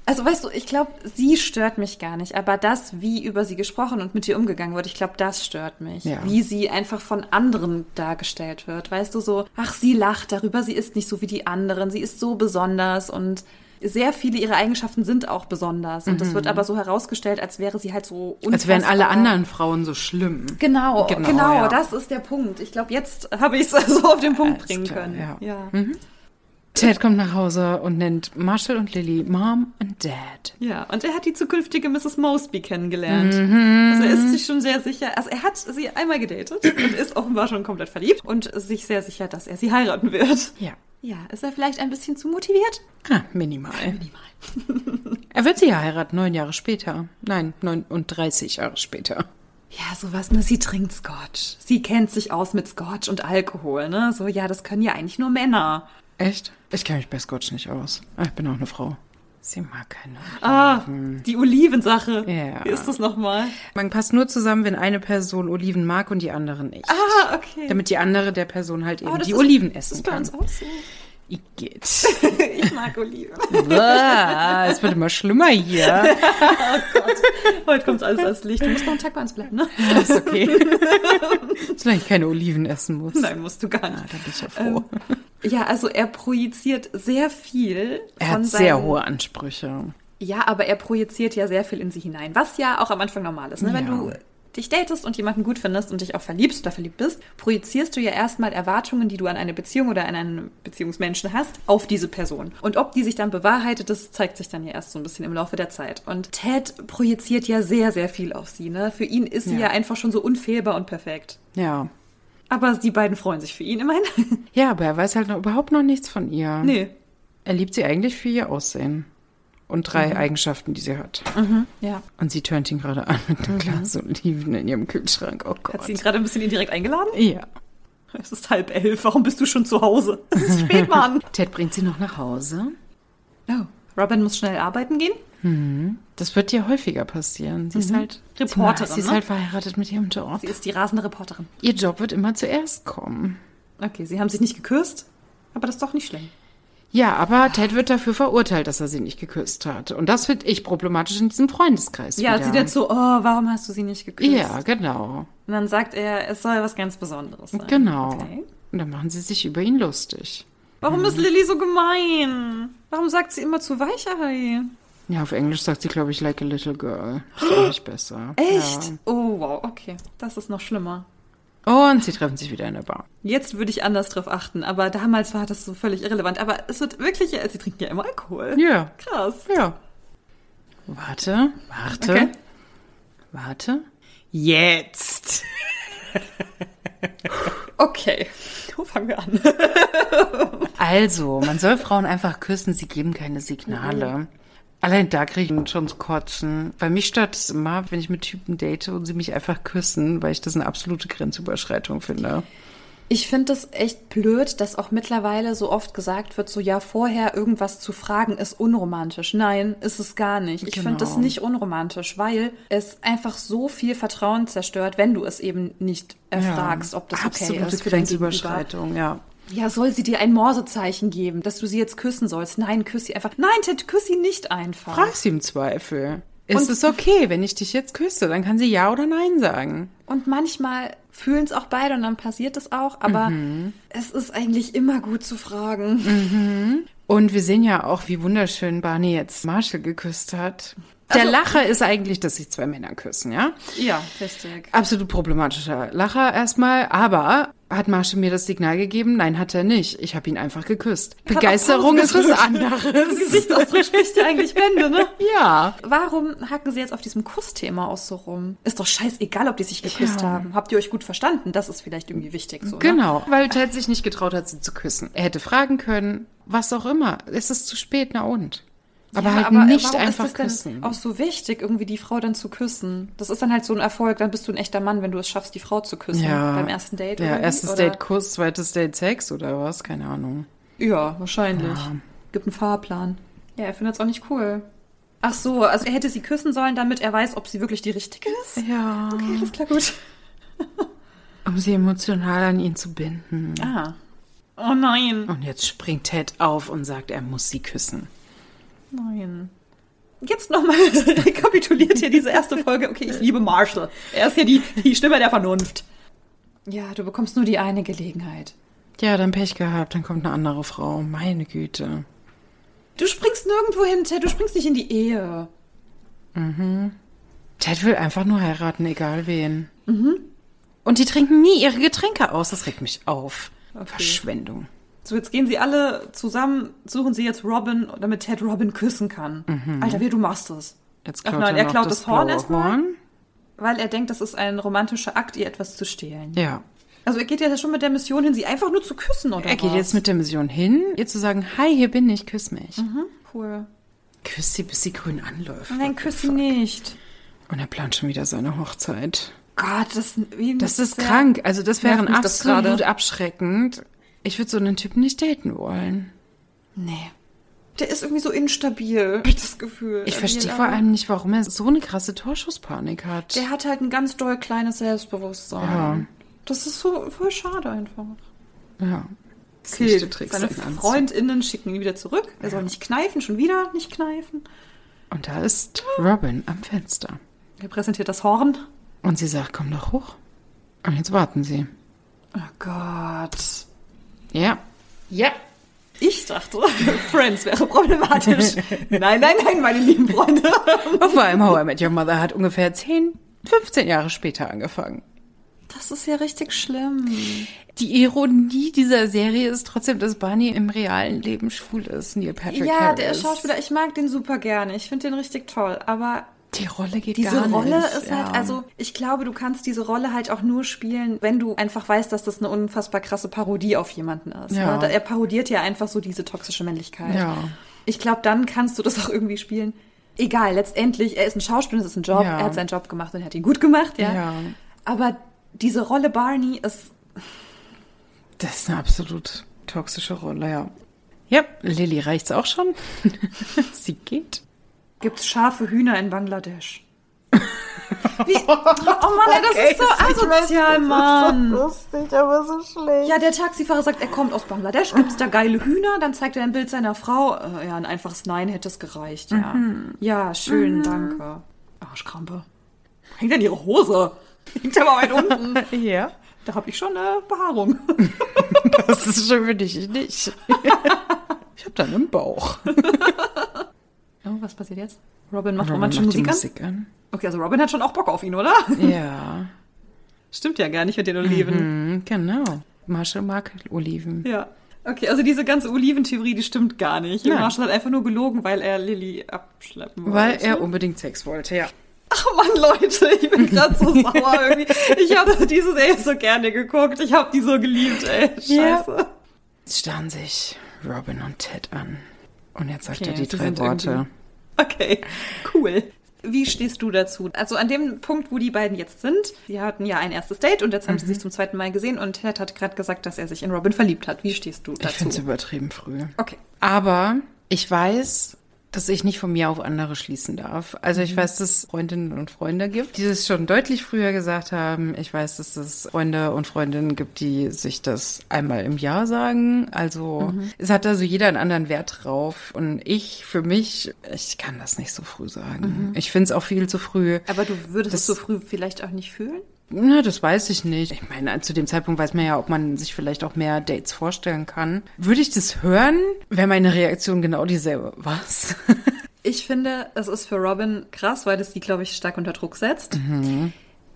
[SPEAKER 1] Also weißt du, ich glaube, sie stört mich gar nicht, aber das, wie über sie gesprochen und mit ihr umgegangen wird, ich glaube, das stört mich.
[SPEAKER 2] Ja.
[SPEAKER 1] Wie sie einfach von anderen dargestellt wird. Weißt du, so, ach, sie lacht darüber, sie ist nicht so wie die anderen, sie ist so besonders und sehr viele ihrer Eigenschaften sind auch besonders. Und das wird aber so herausgestellt, als wäre sie halt so unfassbar.
[SPEAKER 2] Mhm. Als wären alle anderen Frauen so schlimm.
[SPEAKER 1] Genau, genau,
[SPEAKER 2] Genau, ja.
[SPEAKER 1] das ist der Punkt. Ich glaube, jetzt habe ich es so auf den Punkt
[SPEAKER 2] Alles
[SPEAKER 1] bringen
[SPEAKER 2] klar,
[SPEAKER 1] können.
[SPEAKER 2] ja. Mhm.
[SPEAKER 1] ja.
[SPEAKER 2] Ted kommt nach Hause und nennt Marshall und Lily Mom und Dad.
[SPEAKER 1] Ja, und er hat die zukünftige Mrs. Mosby kennengelernt.
[SPEAKER 2] Mhm.
[SPEAKER 1] Also er ist sich schon sehr sicher. Also er hat sie einmal gedatet und ist offenbar schon komplett verliebt und ist sich sehr sicher, dass er sie heiraten wird.
[SPEAKER 2] Ja.
[SPEAKER 1] Ja, ist er vielleicht ein bisschen zu motiviert?
[SPEAKER 2] Ah, minimal. Er wird sie ja heiraten, neun Jahre später. Nein, neun und 30 Jahre später.
[SPEAKER 1] Ja, sowas, ne? Sie trinkt Scotch. Sie kennt sich aus mit Scotch und Alkohol, ne? So, ja, das können ja eigentlich nur Männer.
[SPEAKER 2] Echt? Ich kenne mich bei Scotch nicht aus. Ah, Ich bin auch eine Frau. Sie mag keine.
[SPEAKER 1] Ah, die Olivensache.
[SPEAKER 2] Mhm. Ja.
[SPEAKER 1] Wie ist das nochmal?
[SPEAKER 2] Man passt nur zusammen, wenn eine Person Oliven mag und die andere nicht.
[SPEAKER 1] Ah, okay.
[SPEAKER 2] Damit die andere der Person halt eben
[SPEAKER 1] Oh, das
[SPEAKER 2] die
[SPEAKER 1] ist-
[SPEAKER 2] Oliven
[SPEAKER 1] das
[SPEAKER 2] essen
[SPEAKER 1] ist bei
[SPEAKER 2] kann.
[SPEAKER 1] uns auch so.
[SPEAKER 2] Igitt.
[SPEAKER 1] Ich mag Oliven.
[SPEAKER 2] Uah, es wird immer schlimmer hier.
[SPEAKER 1] Heute kommt alles als Licht. Du musst noch einen Tag bei uns bleiben, ne?
[SPEAKER 2] Ist okay. Solange ich keine Oliven essen muss.
[SPEAKER 1] Nein, musst du gar nicht.
[SPEAKER 2] Ah, da bin ich ja froh.
[SPEAKER 1] Ja, also er projiziert sehr viel.
[SPEAKER 2] er
[SPEAKER 1] von
[SPEAKER 2] hat sehr
[SPEAKER 1] seinen-
[SPEAKER 2] hohe Ansprüche.
[SPEAKER 1] Ja, aber er projiziert ja sehr viel in sie hinein, was ja auch am Anfang normal ist. Ne? Wenn
[SPEAKER 2] Ja.
[SPEAKER 1] du dich datest und jemanden gut findest und dich auch verliebst oder verliebt bist, projizierst du ja erstmal Erwartungen, die du an eine Beziehung oder an einen Beziehungsmenschen hast, auf diese Person. Und ob die sich dann bewahrheitet, das zeigt sich dann ja erst so ein bisschen im Laufe der Zeit. Und Ted projiziert ja sehr, sehr viel auf sie. Ne? Für ihn ist sie
[SPEAKER 2] Ja.
[SPEAKER 1] ja einfach schon so unfehlbar und perfekt.
[SPEAKER 2] Ja.
[SPEAKER 1] Aber die beiden freuen sich für ihn immerhin.
[SPEAKER 2] Ja, aber er weiß halt noch, überhaupt noch nichts von ihr.
[SPEAKER 1] nee.
[SPEAKER 2] Er liebt sie eigentlich für ihr Aussehen. Und drei
[SPEAKER 1] Mhm.
[SPEAKER 2] Eigenschaften, die sie hat.
[SPEAKER 1] Ja.
[SPEAKER 2] Und sie turnt ihn gerade an mit
[SPEAKER 1] Mhm.
[SPEAKER 2] einem Glas Oliven in ihrem Kühlschrank. Oh
[SPEAKER 1] Hat
[SPEAKER 2] Gott.
[SPEAKER 1] sie ihn gerade ein bisschen indirekt eingeladen?
[SPEAKER 2] Ja.
[SPEAKER 1] Es ist halb elf, warum bist du schon zu Hause? Es ist spät, Mann.
[SPEAKER 2] Ted bringt sie noch nach Hause.
[SPEAKER 1] No. Oh, Robin muss schnell arbeiten gehen.
[SPEAKER 2] Das wird dir häufiger passieren. Sie ist halt
[SPEAKER 1] Mhm. Reporterin,
[SPEAKER 2] Sie ist
[SPEAKER 1] ne?
[SPEAKER 2] halt verheiratet mit ihrem Job.
[SPEAKER 1] Sie ist die rasende Reporterin.
[SPEAKER 2] Ihr Job wird immer zuerst kommen.
[SPEAKER 1] Okay, sie haben sich nicht geküsst, aber das ist doch nicht schlimm.
[SPEAKER 2] Ja, aber Ted wird dafür verurteilt, dass er sie nicht geküsst hat. Und das finde ich problematisch in diesem Freundeskreis.
[SPEAKER 1] Ja,
[SPEAKER 2] wieder.
[SPEAKER 1] sie jetzt so, oh, warum hast du sie nicht geküsst?
[SPEAKER 2] Ja, genau.
[SPEAKER 1] Und dann sagt er, es soll was ganz Besonderes sein.
[SPEAKER 2] Genau.
[SPEAKER 1] Okay.
[SPEAKER 2] Und dann machen sie sich über ihn lustig.
[SPEAKER 1] Warum ist Lilly so gemein? Warum sagt sie immer zu Weichei?
[SPEAKER 2] Ja, auf Englisch sagt sie, glaube ich, like a little girl. Ist auch nicht besser.
[SPEAKER 1] Echt? Oh, wow, okay. Das ist noch schlimmer.
[SPEAKER 2] Ja. Und sie treffen sich wieder in der Bar.
[SPEAKER 1] Jetzt würde ich anders drauf achten, aber damals war das so völlig irrelevant. Aber es wird wirklich, sie trinken ja immer Alkohol.
[SPEAKER 2] Ja,
[SPEAKER 1] Krass.
[SPEAKER 2] ja. Warte, warte,
[SPEAKER 1] Okay.
[SPEAKER 2] warte. Jetzt!
[SPEAKER 1] Okay, wo fangen wir an?
[SPEAKER 2] Also, man soll Frauen einfach küssen, sie geben keine Signale. Allein da kriege ich schon zu kotzen. Bei mich stört es immer, wenn ich mit Typen date und sie mich einfach küssen, weil ich das eine absolute Grenzüberschreitung finde.
[SPEAKER 1] Ich finde es echt blöd, dass auch mittlerweile so oft gesagt wird, so ja, vorher irgendwas zu fragen ist unromantisch. Nein, ist es gar nicht. Ich
[SPEAKER 2] Genau.
[SPEAKER 1] finde es nicht unromantisch, weil es einfach so viel Vertrauen zerstört, wenn du es eben nicht erfragst, ob das okay
[SPEAKER 2] Absolute
[SPEAKER 1] ist für dein Gegenüber.
[SPEAKER 2] Grenzüberschreitung, ja.
[SPEAKER 1] Ja, soll sie dir ein Morsezeichen geben, dass du sie jetzt küssen sollst? Nein, küss sie einfach. Nein, Ted, küss sie nicht einfach.
[SPEAKER 2] Frag sie im Zweifel. Ist es okay, wenn ich dich jetzt küsse? Dann kann sie Ja oder Nein sagen.
[SPEAKER 1] Und manchmal fühlen es auch beide und dann passiert es auch, aber
[SPEAKER 2] Mhm.
[SPEAKER 1] es ist eigentlich immer gut zu fragen.
[SPEAKER 2] Und wir sehen ja auch, wie wunderschön Barney jetzt Marshall geküsst hat. Der Lacher ist eigentlich, dass sich zwei Männer küssen, ja?
[SPEAKER 1] Ja, richtig.
[SPEAKER 2] Absolut problematischer Lacher erstmal, aber hat Marsha mir das Signal gegeben? Nein, hat er nicht. Ich habe ihn einfach geküsst.
[SPEAKER 1] auf
[SPEAKER 2] Begeisterung ist
[SPEAKER 1] Pause
[SPEAKER 2] was
[SPEAKER 1] Das
[SPEAKER 2] anderes.
[SPEAKER 1] Gesichtsausdruck spricht ja eigentlich Bände, ne?
[SPEAKER 2] Ja.
[SPEAKER 1] Warum hacken sie jetzt auf diesem Kussthema aus so rum? Ist doch scheißegal, ob die sich geküsst
[SPEAKER 2] Ja.
[SPEAKER 1] haben. Habt ihr euch gut verstanden? Das ist vielleicht irgendwie wichtig so. Ne?
[SPEAKER 2] Genau, weil Ted sich nicht getraut hat, sie zu küssen. Er hätte fragen können, was auch immer. Es ist zu spät, na und? Aber
[SPEAKER 1] Ja,
[SPEAKER 2] halt nicht
[SPEAKER 1] warum
[SPEAKER 2] einfach
[SPEAKER 1] ist das
[SPEAKER 2] küssen.
[SPEAKER 1] denn auch so wichtig, irgendwie die Frau dann zu küssen? Das ist dann halt so ein Erfolg. Dann bist du ein echter Mann, wenn du es schaffst, die Frau zu küssen. Beim ersten Date
[SPEAKER 2] Ja,
[SPEAKER 1] oder wie?
[SPEAKER 2] erstes
[SPEAKER 1] oder?
[SPEAKER 2] Date Kuss, zweites Date Sex oder was? Keine Ahnung.
[SPEAKER 1] Ja, wahrscheinlich. Gibt einen Fahrplan. Ja, er findet es auch nicht cool. Ach so, also er hätte sie küssen sollen, damit er weiß, ob sie wirklich die richtige ist.
[SPEAKER 2] Ja.
[SPEAKER 1] Okay, alles klar, gut.
[SPEAKER 2] Um sie emotional an ihn zu binden.
[SPEAKER 1] Ah. Oh nein.
[SPEAKER 2] Und jetzt springt Ted auf und sagt, er muss sie küssen.
[SPEAKER 1] Nein. Jetzt nochmal rekapituliert hier diese erste Folge. Okay, ich liebe Marshall. Er ist hier die, die Stimme der Vernunft. Ja, du bekommst nur die eine Gelegenheit.
[SPEAKER 2] Ja, dann Pech gehabt, dann kommt eine andere Frau. Meine Güte.
[SPEAKER 1] Du springst nirgendwo hin, Ted. Du springst nicht in die Ehe.
[SPEAKER 2] Ted will einfach nur heiraten, egal wen.
[SPEAKER 1] Mhm.
[SPEAKER 2] Und die trinken nie ihre Getränke aus, das regt mich auf. Verschwendung.
[SPEAKER 1] So, jetzt gehen sie alle zusammen, suchen sie jetzt Robin, damit Ted Robin küssen kann. Alter, wie du machst es.
[SPEAKER 2] Jetzt
[SPEAKER 1] Ach nein, er
[SPEAKER 2] noch
[SPEAKER 1] klaut das Horn
[SPEAKER 2] blaue
[SPEAKER 1] erstmal?
[SPEAKER 2] Horn.
[SPEAKER 1] Weil er denkt, das ist ein romantischer Akt, ihr etwas zu stehlen.
[SPEAKER 2] Ja.
[SPEAKER 1] Also er geht ja schon mit der Mission hin, sie einfach nur zu küssen, oder
[SPEAKER 2] Er geht
[SPEAKER 1] was?
[SPEAKER 2] jetzt mit der Mission hin, ihr zu sagen, hi, hier bin ich, küss mich.
[SPEAKER 1] Mhm. Cool.
[SPEAKER 2] Küss sie, bis sie grün anläuft.
[SPEAKER 1] Nein, küss sie nicht.
[SPEAKER 2] Und er plant schon wieder seine Hochzeit.
[SPEAKER 1] Gott, das,
[SPEAKER 2] Das ist krank. Also das wäre
[SPEAKER 1] nervt mich das
[SPEAKER 2] absolut
[SPEAKER 1] gerade.
[SPEAKER 2] abschreckend. Ich würde so einen Typen nicht daten wollen.
[SPEAKER 1] Nee. Der ist irgendwie so instabil, hab ich das Gefühl.
[SPEAKER 2] Ich
[SPEAKER 1] Also
[SPEAKER 2] verstehe
[SPEAKER 1] jeder-
[SPEAKER 2] vor allem nicht, warum er so eine krasse Torschusspanik hat.
[SPEAKER 1] Der hat halt ein ganz doll kleines Selbstbewusstsein.
[SPEAKER 2] Ja.
[SPEAKER 1] Das ist so voll schade einfach.
[SPEAKER 2] ja.
[SPEAKER 1] Okay,
[SPEAKER 2] Schlechte Tricks,
[SPEAKER 1] seine
[SPEAKER 2] den Anzug.
[SPEAKER 1] Freundinnen schicken ihn wieder zurück. Er soll nicht kneifen, schon wieder nicht kneifen.
[SPEAKER 2] Und da ist Robin am Fenster.
[SPEAKER 1] Er präsentiert das Horn.
[SPEAKER 2] Und sie sagt, komm doch hoch. Und jetzt warten sie.
[SPEAKER 1] Oh Gott.
[SPEAKER 2] Ja. Ja.
[SPEAKER 1] Ich dachte, Friends wäre problematisch. nein, nein, nein, meine lieben Freunde.
[SPEAKER 2] Vor allem How I Met Your Mother hat ungefähr 10, 15 Jahre später angefangen.
[SPEAKER 1] Das ist ja richtig schlimm.
[SPEAKER 2] Die Ironie dieser Serie ist trotzdem, dass Barney im realen Leben schwul ist. Neil Patrick
[SPEAKER 1] Ja,
[SPEAKER 2] Harris.
[SPEAKER 1] der Schauspieler, ich mag den super gerne. Ich finde den richtig toll. Aber
[SPEAKER 2] Die Rolle geht
[SPEAKER 1] Diese
[SPEAKER 2] gar nicht.
[SPEAKER 1] Rolle ist
[SPEAKER 2] ja.
[SPEAKER 1] halt, also ich glaube, du kannst diese Rolle halt auch nur spielen, wenn du einfach weißt, dass das eine unfassbar krasse Parodie auf jemanden ist.
[SPEAKER 2] Ja.
[SPEAKER 1] ne? Da- Er parodiert ja einfach so diese toxische Männlichkeit.
[SPEAKER 2] Ja.
[SPEAKER 1] Ich glaube, dann kannst du das auch irgendwie spielen. Egal, letztendlich, er ist ein Schauspieler, das ist ein Job,
[SPEAKER 2] Ja.
[SPEAKER 1] er hat seinen Job gemacht und er hat ihn gut gemacht, ja.
[SPEAKER 2] Ja.
[SPEAKER 1] Aber diese Rolle Barney ist,
[SPEAKER 2] Das ist eine absolut toxische Rolle, ja. Ja, Lilly reicht's auch schon. sie geht.
[SPEAKER 1] gibt's scharfe Hühner in Bangladesch. Wie? Oh Mann, ey, das ist so asozial, Mann.
[SPEAKER 2] Lustig, aber so schlecht.
[SPEAKER 1] Ja, der Taxifahrer sagt, er kommt aus Bangladesch, gibt's da geile Hühner? Dann zeigt er ein Bild seiner Frau. Äh, ja, ein einfaches Nein hätte es gereicht, ja. Ja, schön, danke. Arschkrampe. Mhm. Hängt an ihre Hose. Hängt aber weit unten.
[SPEAKER 2] Ja.
[SPEAKER 1] Da hab ich schon eine Behaarung.
[SPEAKER 2] Das ist schon für dich nicht. ich habe dann im Bauch.
[SPEAKER 1] Oh, was passiert jetzt? Robin macht
[SPEAKER 2] Robin
[SPEAKER 1] romantische
[SPEAKER 2] macht die
[SPEAKER 1] Musik,
[SPEAKER 2] Musik an.
[SPEAKER 1] an. Okay, also Robin hat schon auch Bock auf ihn, oder?
[SPEAKER 2] Ja,
[SPEAKER 1] Stimmt ja gar nicht mit den Oliven.
[SPEAKER 2] Hm, genau. Marshall mag Oliven.
[SPEAKER 1] Ja. Okay, also diese ganze Oliventheorie, die stimmt gar nicht.
[SPEAKER 2] Nein.
[SPEAKER 1] Marshall hat einfach nur gelogen, weil er Lilly abschleppen wollte.
[SPEAKER 2] Weil er unbedingt Sex wollte, ja.
[SPEAKER 1] Oh Mann, Leute, ich bin gerade so sauer irgendwie. Ich habe diese Serie so gerne geguckt. Ich habe die so geliebt, ey.
[SPEAKER 2] Ja.
[SPEAKER 1] Scheiße.
[SPEAKER 2] Jetzt starren sich Robin und Ted an. Und jetzt sagt
[SPEAKER 1] Okay,
[SPEAKER 2] er die
[SPEAKER 1] sie
[SPEAKER 2] drei
[SPEAKER 1] sind
[SPEAKER 2] Worte.
[SPEAKER 1] Okay, cool. Wie stehst du dazu? Also an dem Punkt, wo die beiden jetzt sind, sie hatten ja ein erstes Date und jetzt haben
[SPEAKER 2] Mhm.
[SPEAKER 1] sie sich zum zweiten Mal gesehen und Ted hat gerade gesagt, dass er sich in Robin verliebt hat. Wie stehst du
[SPEAKER 2] Ich finde es
[SPEAKER 1] dazu?
[SPEAKER 2] übertrieben früh.
[SPEAKER 1] Okay.
[SPEAKER 2] Aber ich weiß, dass ich nicht von mir auf andere schließen darf. Also ich weiß, dass es Freundinnen und Freunde gibt, die es schon deutlich früher gesagt haben. Ich weiß, dass es Freunde und Freundinnen gibt, die sich das einmal im Jahr sagen. Also es hat also jeder einen anderen Wert drauf. Und ich für mich, ich kann das nicht so früh sagen. Ich finde es auch viel zu früh.
[SPEAKER 1] Aber du würdest
[SPEAKER 2] Das-
[SPEAKER 1] es so früh vielleicht auch nicht fühlen?
[SPEAKER 2] Na, das weiß ich nicht. Ich meine, zu dem Zeitpunkt weiß man ja, ob man sich vielleicht auch mehr Dates vorstellen kann. Würde ich das hören, wäre meine Reaktion genau dieselbe. Was?
[SPEAKER 1] Ich finde, es ist für Robin krass, weil das die, glaube ich, stark unter Druck setzt.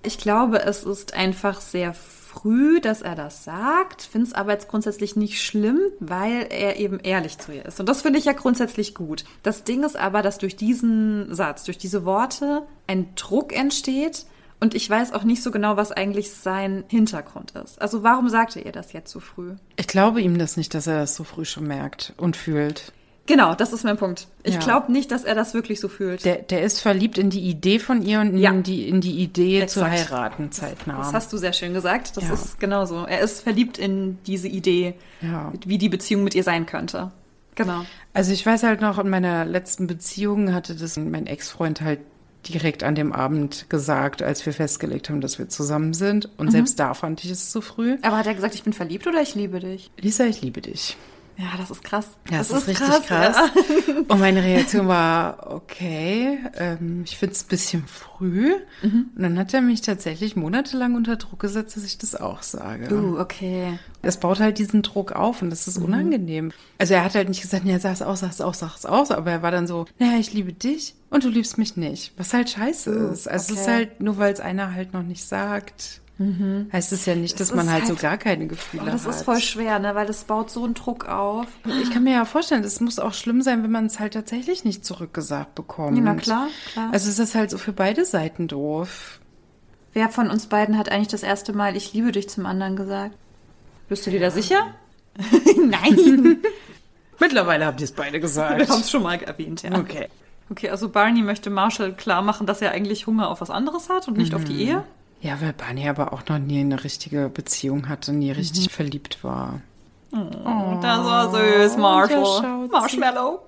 [SPEAKER 1] Ich glaube, es ist einfach sehr früh, dass er das sagt, finde es aber jetzt grundsätzlich nicht schlimm, weil er eben ehrlich zu ihr ist. Und das finde ich ja grundsätzlich gut. Das Ding ist aber, dass durch diesen Satz, durch diese Worte ein Druck entsteht und ich weiß auch nicht so genau, was eigentlich sein Hintergrund ist. Also warum sagte ihr das jetzt so früh?
[SPEAKER 2] Ich glaube ihm das nicht, dass er das so früh schon merkt und fühlt.
[SPEAKER 1] Genau, das ist mein Punkt. Ich
[SPEAKER 2] Ja.
[SPEAKER 1] glaube nicht, dass er das wirklich so fühlt.
[SPEAKER 2] Der, der ist verliebt in die Idee von ihr und
[SPEAKER 1] Ja.
[SPEAKER 2] in, die, in die Idee zu
[SPEAKER 1] Exakt.
[SPEAKER 2] heiraten zeitnah.
[SPEAKER 1] Das hast du sehr schön gesagt. Das
[SPEAKER 2] Ja.
[SPEAKER 1] ist genau so. Er ist verliebt in diese Idee,
[SPEAKER 2] Ja.
[SPEAKER 1] wie die Beziehung mit ihr sein könnte. Genau.
[SPEAKER 2] Also ich weiß halt noch, in meiner letzten Beziehung hatte das mein Ex-Freund halt direkt an dem Abend gesagt, als wir festgelegt haben, dass wir zusammen sind.
[SPEAKER 1] Mhm.
[SPEAKER 2] Und selbst da fand ich es zu früh.
[SPEAKER 1] Aber hat er gesagt, ich bin verliebt oder ich liebe dich?
[SPEAKER 2] Lisa, ich liebe dich.
[SPEAKER 1] Ja, das ist krass.
[SPEAKER 2] Ja, das, ist, richtig krass.
[SPEAKER 1] ja.
[SPEAKER 2] Und meine Reaktion war, okay, ähm, ich find's ein bisschen früh.
[SPEAKER 1] Mhm.
[SPEAKER 2] Und dann hat er mich tatsächlich monatelang unter Druck gesetzt, dass ich das auch sage.
[SPEAKER 1] Uh, okay.
[SPEAKER 2] Es baut halt diesen Druck auf und das
[SPEAKER 1] Mhm.
[SPEAKER 2] ist unangenehm. Also er hat halt nicht gesagt, ja, sag's aus, sag's aus, sag's aus, aber er war dann so, naja, ich liebe dich und du liebst mich nicht. Was halt scheiße
[SPEAKER 1] Uh,
[SPEAKER 2] ist. Also es ist
[SPEAKER 1] okay. Mhm.
[SPEAKER 2] halt, nur weil es einer halt noch nicht sagt, heißt es ja nicht, dass
[SPEAKER 1] Es
[SPEAKER 2] man
[SPEAKER 1] ist
[SPEAKER 2] halt, so
[SPEAKER 1] halt-
[SPEAKER 2] gar keine Gefühle
[SPEAKER 1] Oh,
[SPEAKER 2] hat.
[SPEAKER 1] das ist voll schwer, ne? weil das baut so einen Druck auf.
[SPEAKER 2] Ich kann mir ja vorstellen, es muss auch schlimm sein, wenn man es halt tatsächlich nicht zurückgesagt bekommt.
[SPEAKER 1] Ja, na klar, klar.
[SPEAKER 2] Also es ist halt so für beide Seiten doof.
[SPEAKER 1] Wer von uns beiden hat eigentlich das erste Mal, ich liebe dich zum anderen gesagt? Bist du dir da sicher? Nein.
[SPEAKER 2] Mittlerweile habt ihr es beide gesagt.
[SPEAKER 1] es schon mal erwähnt, ja.
[SPEAKER 2] Okay.
[SPEAKER 1] Okay, also Barney möchte Marshall klar machen, dass er eigentlich Hunger auf was anderes hat und nicht auf
[SPEAKER 2] Mhm.
[SPEAKER 1] die Ehe.
[SPEAKER 2] Ja, weil Barney aber auch noch nie eine richtige Beziehung hatte,
[SPEAKER 1] Mhm.
[SPEAKER 2] nie richtig verliebt war.
[SPEAKER 1] Oh, das war süß,
[SPEAKER 2] da
[SPEAKER 1] Marshall.
[SPEAKER 2] Oh, schaut sie.
[SPEAKER 1] Marshmallow.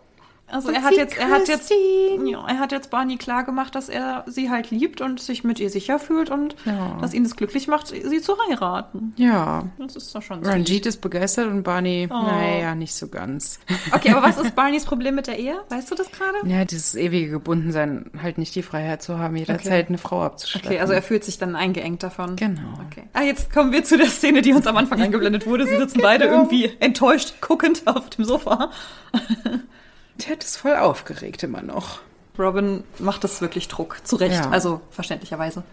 [SPEAKER 1] Also er hat jetzt, er hat jetzt, ja, er hat jetzt Barney klar gemacht, dass er sie halt liebt und sich mit ihr sicher fühlt und
[SPEAKER 2] Ja.
[SPEAKER 1] dass ihn das glücklich macht, sie zu heiraten.
[SPEAKER 2] Ja.
[SPEAKER 1] Das ist doch schon so.
[SPEAKER 2] Ranjit ist begeistert und Barney,
[SPEAKER 1] Oh.
[SPEAKER 2] naja, nicht so ganz.
[SPEAKER 1] Okay, aber was ist Barneys Problem mit der Ehe? Weißt du das gerade?
[SPEAKER 2] Ja, dieses ewige Gebundensein, halt nicht die Freiheit zu haben, jederzeit eine Frau abzuschleppen.
[SPEAKER 1] Okay, also er fühlt sich dann eingeengt davon.
[SPEAKER 2] Genau.
[SPEAKER 1] Okay. Ah, jetzt kommen wir zu der Szene, die uns am Anfang eingeblendet wurde. Sie sitzen beide
[SPEAKER 2] Genau.
[SPEAKER 1] irgendwie enttäuscht guckend auf dem Sofa.
[SPEAKER 2] Ted ist voll aufgeregt immer noch.
[SPEAKER 1] Robin macht das wirklich Druck, zu Recht,
[SPEAKER 2] Ja.
[SPEAKER 1] also verständlicherweise.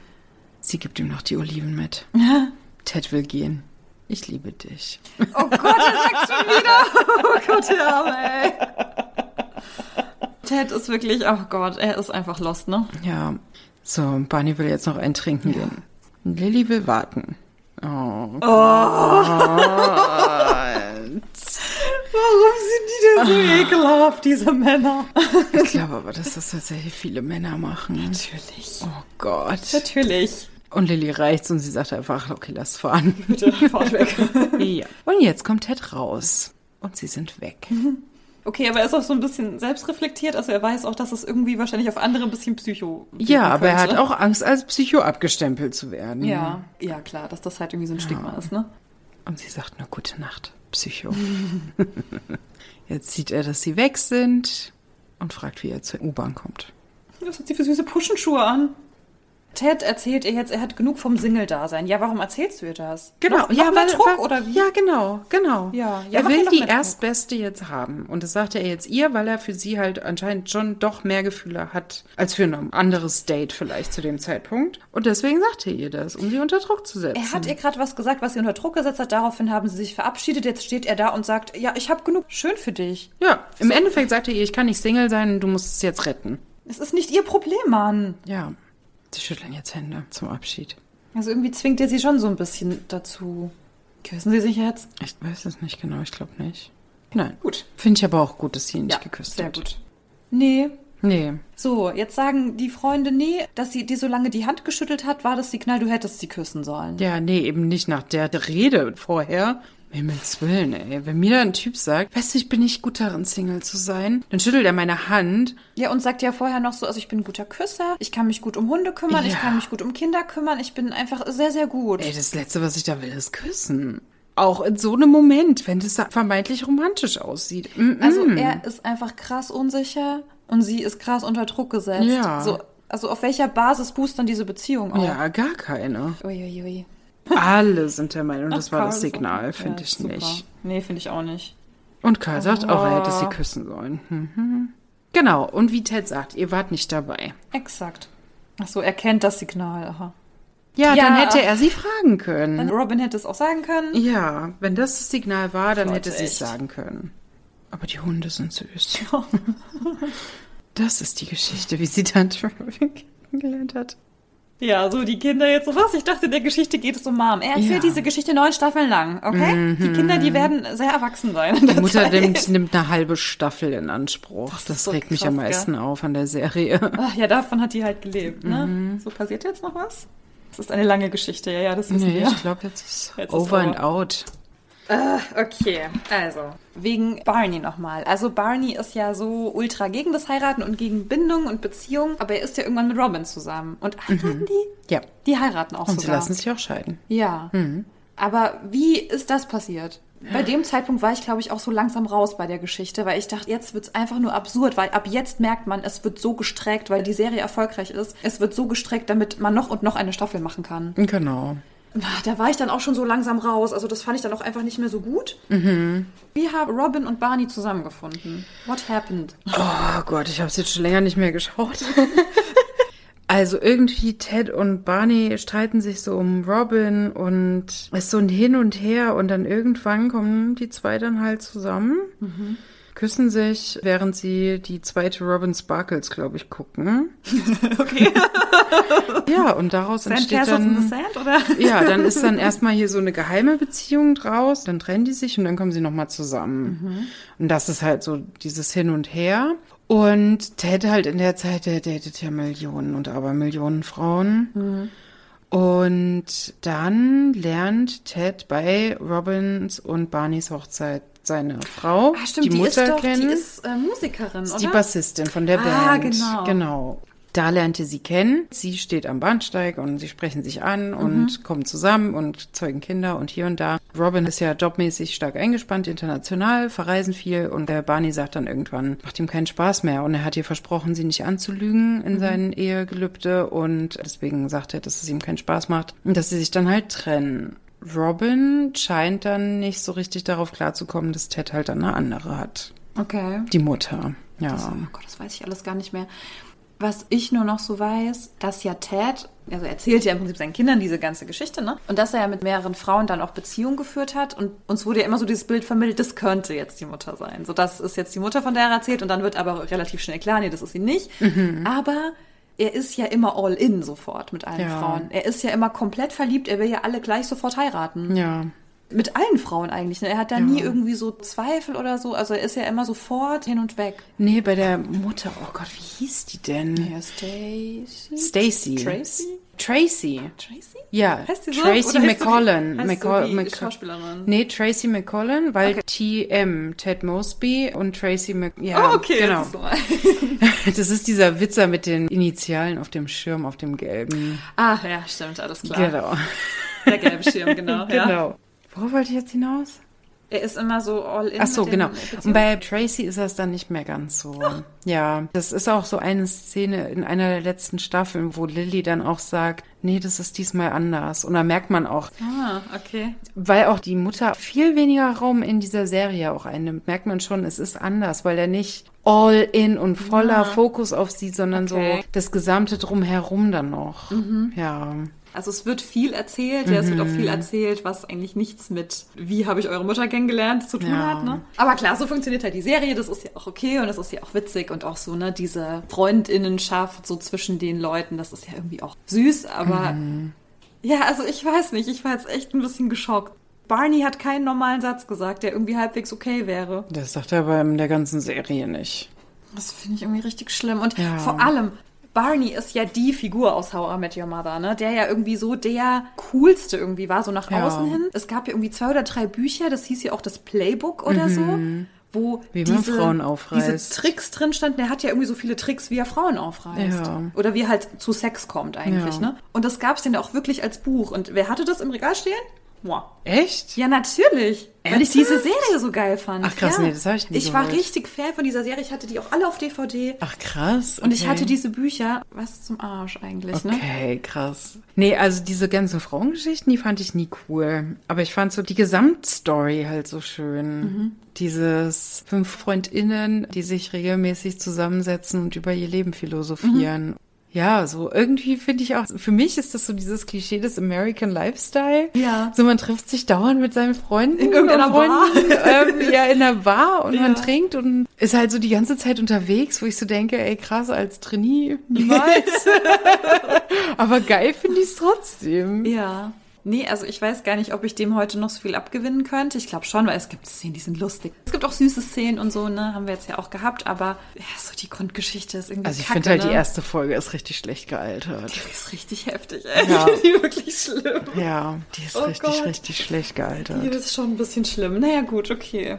[SPEAKER 2] Sie gibt ihm noch die Oliven mit. Ted will gehen. Ich liebe dich.
[SPEAKER 1] Oh Gott, er sagt schon wieder. Oh Gott, der Arme, ey. Ted ist wirklich, oh Gott, er ist einfach lost, ne?
[SPEAKER 2] Ja. So, und Barney will jetzt noch einen trinken gehen. Und Lilly will warten. Oh.
[SPEAKER 1] Warum sind die denn so ekelhaft, diese Männer?
[SPEAKER 2] Ich glaube aber, dass das tatsächlich viele Männer machen.
[SPEAKER 1] Natürlich.
[SPEAKER 2] Oh Gott.
[SPEAKER 1] Natürlich.
[SPEAKER 2] Und Lilly reicht's und sie sagt einfach, okay, lass fahren.
[SPEAKER 1] Bitte, fahrt weg.
[SPEAKER 2] ja. Und jetzt kommt Ted raus. Und sie sind weg.
[SPEAKER 1] Mhm. Okay, aber er ist auch so ein bisschen selbstreflektiert, also er weiß auch, dass es irgendwie wahrscheinlich auf andere ein bisschen psycho wirken
[SPEAKER 2] Ja, aber er hat
[SPEAKER 1] könnte.
[SPEAKER 2] auch Angst, als Psycho abgestempelt zu werden.
[SPEAKER 1] Ja, ja, klar, dass das halt irgendwie so ein Stigma ist, ne?
[SPEAKER 2] Und sie sagt nur Gute Nacht, Psycho. Jetzt sieht er, dass sie weg sind und fragt, wie er zur U-Bahn kommt.
[SPEAKER 1] Was hat sie für süße Puschenschuhe an? Ted erzählt ihr jetzt, er hat genug vom Single-Dasein. Ja, warum erzählst du ihr das? noch, noch mehr Druck oder wie?
[SPEAKER 2] Ja, genau, genau.
[SPEAKER 1] Ja, ja,
[SPEAKER 2] er
[SPEAKER 1] mach ihr
[SPEAKER 2] will
[SPEAKER 1] noch
[SPEAKER 2] die
[SPEAKER 1] mehr Druck.
[SPEAKER 2] erstbeste jetzt haben. Und das sagt er jetzt ihr, weil er für sie halt anscheinend schon doch mehr Gefühle hat als für ein anderes Date vielleicht zu dem Zeitpunkt. Und deswegen sagt er ihr das, um sie unter Druck zu setzen.
[SPEAKER 1] Er hat ihr gerade was gesagt, was sie unter Druck gesetzt hat. Daraufhin haben sie sich verabschiedet. Jetzt steht er da und sagt, ja, ich habe genug. Schön für dich.
[SPEAKER 2] ja, im Endeffekt sagt er ihr, ich kann nicht Single sein und du musst es jetzt retten.
[SPEAKER 1] Es ist nicht ihr Problem, Mann.
[SPEAKER 2] Ja, sie schütteln jetzt Hände zum Abschied.
[SPEAKER 1] Also irgendwie zwingt er sie schon so ein bisschen dazu. Küssen sie sich jetzt?
[SPEAKER 2] Ich weiß es nicht genau, ich glaube nicht. Nein.
[SPEAKER 1] Gut.
[SPEAKER 2] Finde ich aber auch gut, dass sie ihn nicht geküsst
[SPEAKER 1] sehr
[SPEAKER 2] hat.
[SPEAKER 1] gut. Nee.
[SPEAKER 2] Nee.
[SPEAKER 1] So, jetzt sagen die Freunde, nee, dass sie dir so lange die Hand geschüttelt hat, war das Signal, du hättest sie küssen sollen.
[SPEAKER 2] Ja, nee, eben nicht nach der Rede vorher. Um Himmels Willen, ey. Wenn mir da ein Typ sagt, weißt du, ich bin nicht gut darin, Single zu sein, dann schüttelt er meine Hand.
[SPEAKER 1] Ja, und sagt ja vorher noch so, also ich bin ein guter Küsser, ich kann mich gut um Hunde kümmern, ich
[SPEAKER 2] Ja.
[SPEAKER 1] kann mich gut um Kinder kümmern, ich bin einfach sehr, sehr gut.
[SPEAKER 2] Ey, das Letzte, was ich da will, ist küssen. Auch in so einem Moment, wenn das vermeintlich romantisch aussieht. Mm,
[SPEAKER 1] Also er ist einfach krass unsicher und sie ist krass unter Druck gesetzt.
[SPEAKER 2] Ja.
[SPEAKER 1] So, also auf welcher Basis fußt dann diese Beziehung auf?
[SPEAKER 2] Ja, gar keine.
[SPEAKER 1] Uiuiui.
[SPEAKER 2] Alle sind der Meinung, das war
[SPEAKER 1] Karl
[SPEAKER 2] das
[SPEAKER 1] ist
[SPEAKER 2] Signal,
[SPEAKER 1] auch-
[SPEAKER 2] finde
[SPEAKER 1] ja,
[SPEAKER 2] ich
[SPEAKER 1] super.
[SPEAKER 2] nicht.
[SPEAKER 1] Nee, finde ich auch nicht. Oh.
[SPEAKER 2] Und Karl sagt auch, er hätte sie küssen sollen. Mhm. Genau, und wie Ted sagt, ihr wart nicht dabei.
[SPEAKER 1] Exakt. Ach so, er kennt das Signal. Aha.
[SPEAKER 2] Ja,
[SPEAKER 1] Ja.
[SPEAKER 2] dann hätte er sie fragen können.
[SPEAKER 1] Dann Robin hätte es auch sagen können.
[SPEAKER 2] Ja, wenn das das Signal war, dann
[SPEAKER 1] Leute,
[SPEAKER 2] hätte sie es
[SPEAKER 1] echt.
[SPEAKER 2] sagen können. Aber die Hunde sind süß. Das ist die Geschichte, wie sie Tante Robin kennengelernt hat.
[SPEAKER 1] Ja, so die Kinder jetzt so was. Ich dachte, in der Geschichte geht es um Mom. Er erzählt
[SPEAKER 2] Ja. Mhm.
[SPEAKER 1] diese Geschichte neun Staffeln lang, okay? Die Kinder, die werden sehr erwachsen sein.
[SPEAKER 2] Die Mutter nimmt, nimmt eine halbe Staffel in Anspruch. Das,
[SPEAKER 1] ist so
[SPEAKER 2] regt mich
[SPEAKER 1] krass,
[SPEAKER 2] am meisten auf an der Serie.
[SPEAKER 1] Ach ja, davon hat die halt gelebt, ne?
[SPEAKER 2] Mhm.
[SPEAKER 1] So passiert jetzt noch was? Das ist eine lange Geschichte, ja, ja, das wissen
[SPEAKER 2] Nee,
[SPEAKER 1] wir.
[SPEAKER 2] ich glaube, jetzt ist
[SPEAKER 1] Jetzt ist over.
[SPEAKER 2] over and out.
[SPEAKER 1] Okay, also. Wegen Barney nochmal. Also Barney ist ja so ultra gegen das Heiraten und gegen Bindung und Beziehung, aber er ist ja irgendwann mit Robin zusammen. Und heiraten die?
[SPEAKER 2] Ja,
[SPEAKER 1] Die heiraten auch
[SPEAKER 2] Mhm. und sie
[SPEAKER 1] sogar.
[SPEAKER 2] lassen Mhm. sich auch scheiden.
[SPEAKER 1] ja. Aber wie ist das passiert? Bei dem Zeitpunkt war ich, glaube ich, auch so langsam raus bei der Geschichte, weil ich dachte, jetzt wird's einfach nur absurd, weil ab jetzt merkt man, es wird so gestreckt, weil die Serie erfolgreich ist, es wird so gestreckt, damit man noch und noch eine Staffel machen kann.
[SPEAKER 2] Genau.
[SPEAKER 1] Ach, Da war ich dann auch schon so langsam raus. Also das fand ich dann auch einfach nicht mehr so gut.
[SPEAKER 2] Mhm.
[SPEAKER 1] Wie haben Robin und Barney zusammengefunden? What happened?
[SPEAKER 2] Oh Gott, ich habe es jetzt schon länger nicht mehr geschaut. Also irgendwie Ted und Barney streiten sich so um Robin und es ist so ein Hin und Her und dann irgendwann kommen die zwei dann halt zusammen, küssen sich, während sie die zweite Robin Sparkles, glaube ich, gucken.
[SPEAKER 1] Okay.
[SPEAKER 2] Ja, und daraus
[SPEAKER 1] Sand
[SPEAKER 2] entsteht
[SPEAKER 1] Castles in the
[SPEAKER 2] dann...
[SPEAKER 1] Sand, oder?
[SPEAKER 2] Ja, dann ist dann erstmal hier so eine geheime Beziehung draus, dann trennen die sich und dann kommen sie nochmal zusammen.
[SPEAKER 1] Mhm.
[SPEAKER 2] Und das ist halt so dieses Hin und Her. Und Ted halt in der Zeit, der datet ja Millionen und aber Millionen Frauen.
[SPEAKER 1] Mhm.
[SPEAKER 2] Und dann lernt Ted bei Robins und Barneys Hochzeit seine Frau,
[SPEAKER 1] Ah, stimmt,
[SPEAKER 2] die
[SPEAKER 1] die,
[SPEAKER 2] Mutter
[SPEAKER 1] ist doch,
[SPEAKER 2] kennen.
[SPEAKER 1] die ist äh, Musikerin,
[SPEAKER 2] Ist
[SPEAKER 1] oder?
[SPEAKER 2] die Bassistin von der
[SPEAKER 1] Ah,
[SPEAKER 2] Band.
[SPEAKER 1] genau.
[SPEAKER 2] genau. Da lernte sie kennen. Sie steht am Bahnsteig und sie sprechen sich
[SPEAKER 1] Mhm.
[SPEAKER 2] an und kommen zusammen und zeugen Kinder und hier und da. Robin ist ja jobmäßig stark eingespannt, international, verreisen viel und der Barney sagt dann irgendwann, macht ihm keinen Spaß mehr und er hat ihr versprochen, sie nicht anzulügen
[SPEAKER 1] Mhm.
[SPEAKER 2] in seinen Ehegelübde und deswegen sagt er, dass es ihm keinen Spaß macht und dass sie sich dann halt trennen. Robin scheint dann nicht so richtig darauf klarzukommen, dass Ted halt dann eine andere hat.
[SPEAKER 1] Okay.
[SPEAKER 2] Die Mutter. Ja.
[SPEAKER 1] Oh Gott, das weiß ich alles gar nicht mehr. Was ich nur noch so weiß, dass ja Ted, also er erzählt ja im Prinzip seinen Kindern diese ganze Geschichte, ne? Und dass er ja mit mehreren Frauen dann auch Beziehungen geführt hat. Und uns wurde ja immer so dieses Bild vermittelt, das könnte jetzt die Mutter sein. So, das ist jetzt die Mutter, von der er erzählt. Und dann wird aber relativ schnell klar, nee, das ist sie nicht.
[SPEAKER 2] Mhm.
[SPEAKER 1] Aber er ist ja immer all in sofort mit allen
[SPEAKER 2] Ja.
[SPEAKER 1] Frauen. Er ist ja immer komplett verliebt. Er will ja alle gleich sofort heiraten.
[SPEAKER 2] Ja.
[SPEAKER 1] Mit allen Frauen eigentlich. Ne? Er hat da nie irgendwie so Zweifel oder so. Also er ist ja immer sofort hin und weg.
[SPEAKER 2] Nee, bei der Mutter. Oh Gott, wie hieß die denn?
[SPEAKER 1] Ja, Stacy.
[SPEAKER 2] Stacy.
[SPEAKER 1] Tracy?
[SPEAKER 2] Tracy.
[SPEAKER 1] Tracy?
[SPEAKER 2] Ja.
[SPEAKER 1] Heißt sie so?
[SPEAKER 2] Tracy
[SPEAKER 1] Oder heißt
[SPEAKER 2] McCollin.
[SPEAKER 1] Du die, heißt
[SPEAKER 2] McColl-
[SPEAKER 1] du die
[SPEAKER 2] Mc-
[SPEAKER 1] Schauspielerin.
[SPEAKER 2] Nee, Tracy McCollin, weil TM, Ted Mosby und Tracy Mc. Ja,
[SPEAKER 1] oh, okay,
[SPEAKER 2] genau.
[SPEAKER 1] das ist so.
[SPEAKER 2] Das ist dieser Witzer mit den Initialen auf dem Schirm, auf dem gelben.
[SPEAKER 1] Ah, ja, stimmt, alles klar.
[SPEAKER 2] Genau.
[SPEAKER 1] Der gelbe Schirm, genau. Ja.
[SPEAKER 2] Genau. Worauf wollte ich jetzt hinaus?
[SPEAKER 1] Er ist immer so all in.
[SPEAKER 2] Ach so,
[SPEAKER 1] mit den
[SPEAKER 2] genau. Und
[SPEAKER 1] Beziehungen.
[SPEAKER 2] bei Tracy ist das dann nicht mehr ganz so.
[SPEAKER 1] Oh.
[SPEAKER 2] Ja, das ist auch so eine Szene in einer der letzten Staffeln, wo Lilly dann auch sagt, nee, das ist diesmal anders. Und da merkt man auch,
[SPEAKER 1] ah, okay.
[SPEAKER 2] weil auch die Mutter viel weniger Raum in dieser Serie auch einnimmt, merkt man schon, es ist anders, weil er nicht all in und voller Fokus auf sie, sondern
[SPEAKER 1] Okay. Mhm.
[SPEAKER 2] so das gesamte Drumherum dann noch. Ja.
[SPEAKER 1] Also es wird viel erzählt, ja, es wird auch viel erzählt, was eigentlich nichts mit wie habe ich eure Mutter kennengelernt zu tun
[SPEAKER 2] Ja.
[SPEAKER 1] hat, ne? Aber klar, so funktioniert halt die Serie, das ist ja auch okay und das ist ja auch witzig und auch so, ne, diese Freundinnenschaft so zwischen den Leuten, das ist ja irgendwie auch süß, aber ja, also ich weiß nicht, ich war jetzt echt ein bisschen geschockt. Barney hat keinen normalen Satz gesagt, der irgendwie halbwegs okay wäre.
[SPEAKER 2] Das sagt er aber in der ganzen Serie nicht.
[SPEAKER 1] Das finde ich irgendwie richtig schlimm. Und
[SPEAKER 2] Ja.
[SPEAKER 1] vor allem, Barney ist ja die Figur aus How I Met Your Mother, ne? Der ja irgendwie so der coolste irgendwie war, so nach
[SPEAKER 2] Ja.
[SPEAKER 1] außen hin. Es gab ja irgendwie zwei oder drei Bücher, das hieß ja auch das Playbook oder so. Wo
[SPEAKER 2] Mhm. Wie man
[SPEAKER 1] diese,
[SPEAKER 2] Frauen aufreißt.
[SPEAKER 1] diese Tricks drin standen. Der hat ja irgendwie so viele Tricks, wie er Frauen aufreißt.
[SPEAKER 2] Ja.
[SPEAKER 1] Oder wie er halt zu Sex kommt eigentlich.
[SPEAKER 2] Ja.
[SPEAKER 1] Ne? Und das gab es denn auch wirklich als Buch. Und wer hatte das im Regal stehen? Boah.
[SPEAKER 2] Echt?
[SPEAKER 1] Ja, natürlich. Weil ich
[SPEAKER 2] Ernsthaft?
[SPEAKER 1] diese Serie so geil fand.
[SPEAKER 2] Ach, krass,
[SPEAKER 1] ja.
[SPEAKER 2] nee, das hab ich nie
[SPEAKER 1] Ich war
[SPEAKER 2] gewusst.
[SPEAKER 1] richtig Fan von dieser Serie. Ich hatte die auch alle auf DVD.
[SPEAKER 2] Ach krass.
[SPEAKER 1] Und ich
[SPEAKER 2] okay.
[SPEAKER 1] hatte diese Bücher. Was zum Arsch eigentlich, ne?
[SPEAKER 2] Okay, krass. Nee, also diese ganzen Frauengeschichten, die fand ich nie cool. Aber ich fand so die Gesamtstory halt so schön.
[SPEAKER 1] Mhm.
[SPEAKER 2] Dieses fünf FreundInnen, die sich regelmäßig zusammensetzen und über ihr Leben
[SPEAKER 1] Mhm.
[SPEAKER 2] philosophieren. Ja, so irgendwie finde ich auch, für mich ist das so dieses Klischee des American Lifestyle.
[SPEAKER 1] Ja.
[SPEAKER 2] So man trifft sich dauernd mit seinen Freunden.
[SPEAKER 1] In irgendeiner
[SPEAKER 2] und Freunden, ähm, ja, in einer Bar und man
[SPEAKER 1] Ja.
[SPEAKER 2] trinkt und ist halt so die ganze Zeit unterwegs, wo ich so denke, ey krass, als Trainee niemals. Aber geil finde ich es trotzdem.
[SPEAKER 1] Ja. Nee, also ich weiß gar nicht, ob ich dem heute noch so viel abgewinnen könnte. Ich glaube schon, weil es gibt Szenen, die sind lustig. Es gibt auch süße Szenen und so, ne? Haben wir jetzt ja auch gehabt, aber ja, so die Grundgeschichte ist irgendwie
[SPEAKER 2] Also ich
[SPEAKER 1] kacke,
[SPEAKER 2] finde halt
[SPEAKER 1] ne?
[SPEAKER 2] die erste Folge ist richtig schlecht gealtert.
[SPEAKER 1] Die ist richtig heftig, ey.
[SPEAKER 2] Ja.
[SPEAKER 1] Die ist wirklich schlimm.
[SPEAKER 2] Ja, die ist
[SPEAKER 1] Oh
[SPEAKER 2] richtig,
[SPEAKER 1] Gott.
[SPEAKER 2] richtig schlecht
[SPEAKER 1] Die
[SPEAKER 2] gealtert.
[SPEAKER 1] ist schon ein bisschen schlimm. Naja, gut, okay.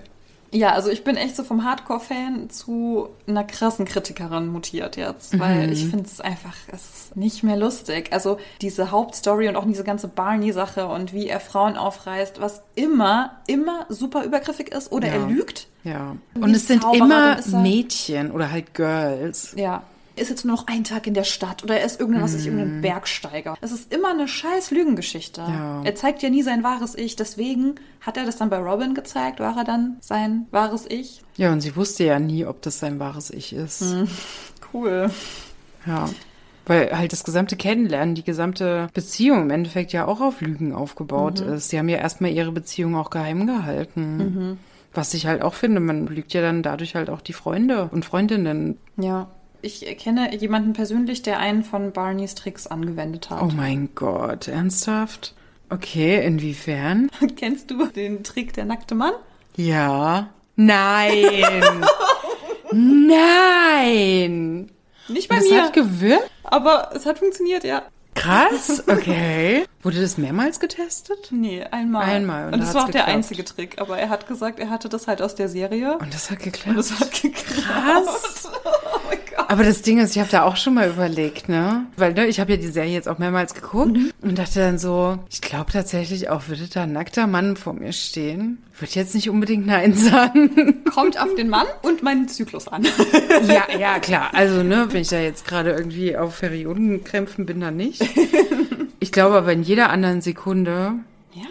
[SPEAKER 1] Ja, also ich bin echt so vom Hardcore-Fan zu einer krassen Kritikerin mutiert jetzt, weil ich finde es einfach es ist nicht mehr lustig. Also diese Hauptstory und auch diese ganze Barney-Sache und wie er Frauen aufreißt, was immer, immer super übergriffig ist oder
[SPEAKER 2] Ja.
[SPEAKER 1] er lügt.
[SPEAKER 2] Ja.
[SPEAKER 1] Wie
[SPEAKER 2] Und es sind
[SPEAKER 1] Zauberer,
[SPEAKER 2] immer
[SPEAKER 1] dann ist er-
[SPEAKER 2] Mädchen oder halt Girls.
[SPEAKER 1] Ja. Ist jetzt nur noch ein Tag in der Stadt oder er ist irgendein, was weiß ich, irgendein Bergsteiger. Es ist immer eine scheiß Lügengeschichte.
[SPEAKER 2] Ja.
[SPEAKER 1] Er zeigt ja nie sein wahres Ich. Deswegen hat er das dann bei Robin gezeigt. War er dann sein wahres Ich?
[SPEAKER 2] Ja, und sie wusste ja nie, ob das sein wahres Ich ist.
[SPEAKER 1] Mhm. Cool.
[SPEAKER 2] Ja. Weil halt das gesamte Kennenlernen, die gesamte Beziehung im Endeffekt ja auch auf Lügen aufgebaut
[SPEAKER 1] Mhm.
[SPEAKER 2] ist. Sie haben ja erstmal ihre Beziehung auch geheim gehalten.
[SPEAKER 1] Mhm.
[SPEAKER 2] Was ich halt auch finde, man lügt ja dann dadurch halt auch die Freunde und Freundinnen.
[SPEAKER 1] Ja. Ich kenne jemanden persönlich, der einen von Barneys Tricks angewendet
[SPEAKER 2] Oh
[SPEAKER 1] hat.
[SPEAKER 2] mein Gott, ernsthaft? Okay, inwiefern?
[SPEAKER 1] Kennst du den Trick der nackte Mann?
[SPEAKER 2] Ja. Nein! Nein!
[SPEAKER 1] Nicht bei
[SPEAKER 2] Das
[SPEAKER 1] mir,
[SPEAKER 2] hat gewirkt?
[SPEAKER 1] aber es hat funktioniert, ja.
[SPEAKER 2] Krass, okay. Wurde das mehrmals getestet?
[SPEAKER 1] Nee, einmal.
[SPEAKER 2] Einmal, und
[SPEAKER 1] Und,
[SPEAKER 2] da
[SPEAKER 1] das war auch
[SPEAKER 2] hat's
[SPEAKER 1] der
[SPEAKER 2] geklappt.
[SPEAKER 1] einzige Trick. Aber er hat gesagt, er hatte das halt aus der Serie.
[SPEAKER 2] Und das hat geklappt.
[SPEAKER 1] Und es hat gekracht.
[SPEAKER 2] Krass.
[SPEAKER 1] Oh mein Gott.
[SPEAKER 2] Aber das Ding ist, ich habe da auch schon mal überlegt, ne? Weil ne, ich habe ja die Serie jetzt auch mehrmals geguckt
[SPEAKER 1] Mhm.
[SPEAKER 2] und dachte dann so, ich glaube tatsächlich auch, würde da ein nackter Mann vor mir stehen. Würde jetzt nicht unbedingt Nein sagen.
[SPEAKER 1] Kommt auf den Mann und meinen Zyklus an.
[SPEAKER 2] ja, ja, klar. Also, ne, wenn ich da jetzt gerade irgendwie auf Periodenkrämpfen bin, dann nicht. Ich glaube aber in jeder anderen Sekunde.
[SPEAKER 1] Ja.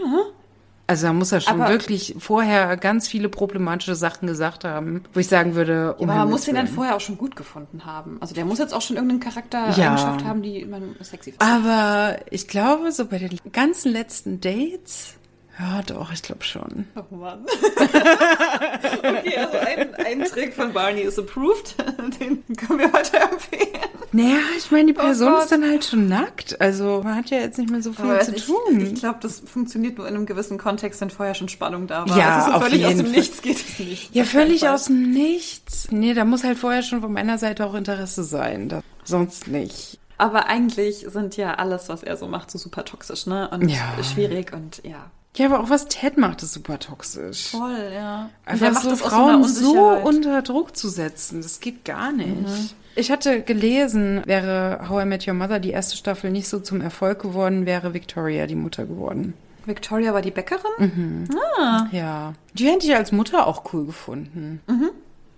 [SPEAKER 2] Also da muss er schon
[SPEAKER 1] Aber-
[SPEAKER 2] wirklich vorher ganz viele problematische Sachen gesagt haben, wo ich sagen würde, um
[SPEAKER 1] Aber man
[SPEAKER 2] Himmels
[SPEAKER 1] muss den
[SPEAKER 2] Willen.
[SPEAKER 1] dann vorher auch schon gut gefunden haben. Also der muss jetzt auch schon irgendeinen Charakter
[SPEAKER 2] Ja. Ah,
[SPEAKER 1] Eigenschaft haben, die man sexy findet.
[SPEAKER 2] Aber ich glaube, so bei den ganzen letzten Dates, ja doch, ich glaube schon.
[SPEAKER 1] Oh Mann. okay, also ein, ein Trick von Barney ist approved. Den können wir heute empfehlen.
[SPEAKER 2] Naja, ich meine, die Person
[SPEAKER 1] Oh Gott.
[SPEAKER 2] ist dann halt schon nackt. Also man hat ja jetzt nicht mehr so viel zu
[SPEAKER 1] ich
[SPEAKER 2] tun.
[SPEAKER 1] ich glaube, das funktioniert nur in einem gewissen Kontext, wenn vorher schon Spannung da war.
[SPEAKER 2] Ja,
[SPEAKER 1] also so
[SPEAKER 2] auf
[SPEAKER 1] völlig aus
[SPEAKER 2] jeden
[SPEAKER 1] dem
[SPEAKER 2] Fall.
[SPEAKER 1] Nichts geht es nicht.
[SPEAKER 2] ja,
[SPEAKER 1] Auf keinen
[SPEAKER 2] völlig
[SPEAKER 1] Fall.
[SPEAKER 2] aus dem Nichts. Nee, da muss halt vorher schon von meiner Seite auch Interesse sein. Das, sonst nicht.
[SPEAKER 1] Aber eigentlich sind ja alles, was er so macht, so super toxisch, ne? Und
[SPEAKER 2] Ja.
[SPEAKER 1] schwierig und ja.
[SPEAKER 2] Ja, aber auch was Ted macht, ist super toxisch.
[SPEAKER 1] Voll, ja. Und der
[SPEAKER 2] Einfach
[SPEAKER 1] macht
[SPEAKER 2] so
[SPEAKER 1] das aus
[SPEAKER 2] Frauen
[SPEAKER 1] einer
[SPEAKER 2] so
[SPEAKER 1] Unsicherheit. Mhm.
[SPEAKER 2] unter Druck zu setzen, das geht gar nicht. Ich hatte gelesen, wäre How I Met Your Mother die erste Staffel nicht so zum Erfolg geworden, wäre Victoria die Mutter geworden.
[SPEAKER 1] Victoria war die Bäckerin?
[SPEAKER 2] Mhm.
[SPEAKER 1] Ah.
[SPEAKER 2] Ja. Die hätte ich als Mutter auch cool gefunden.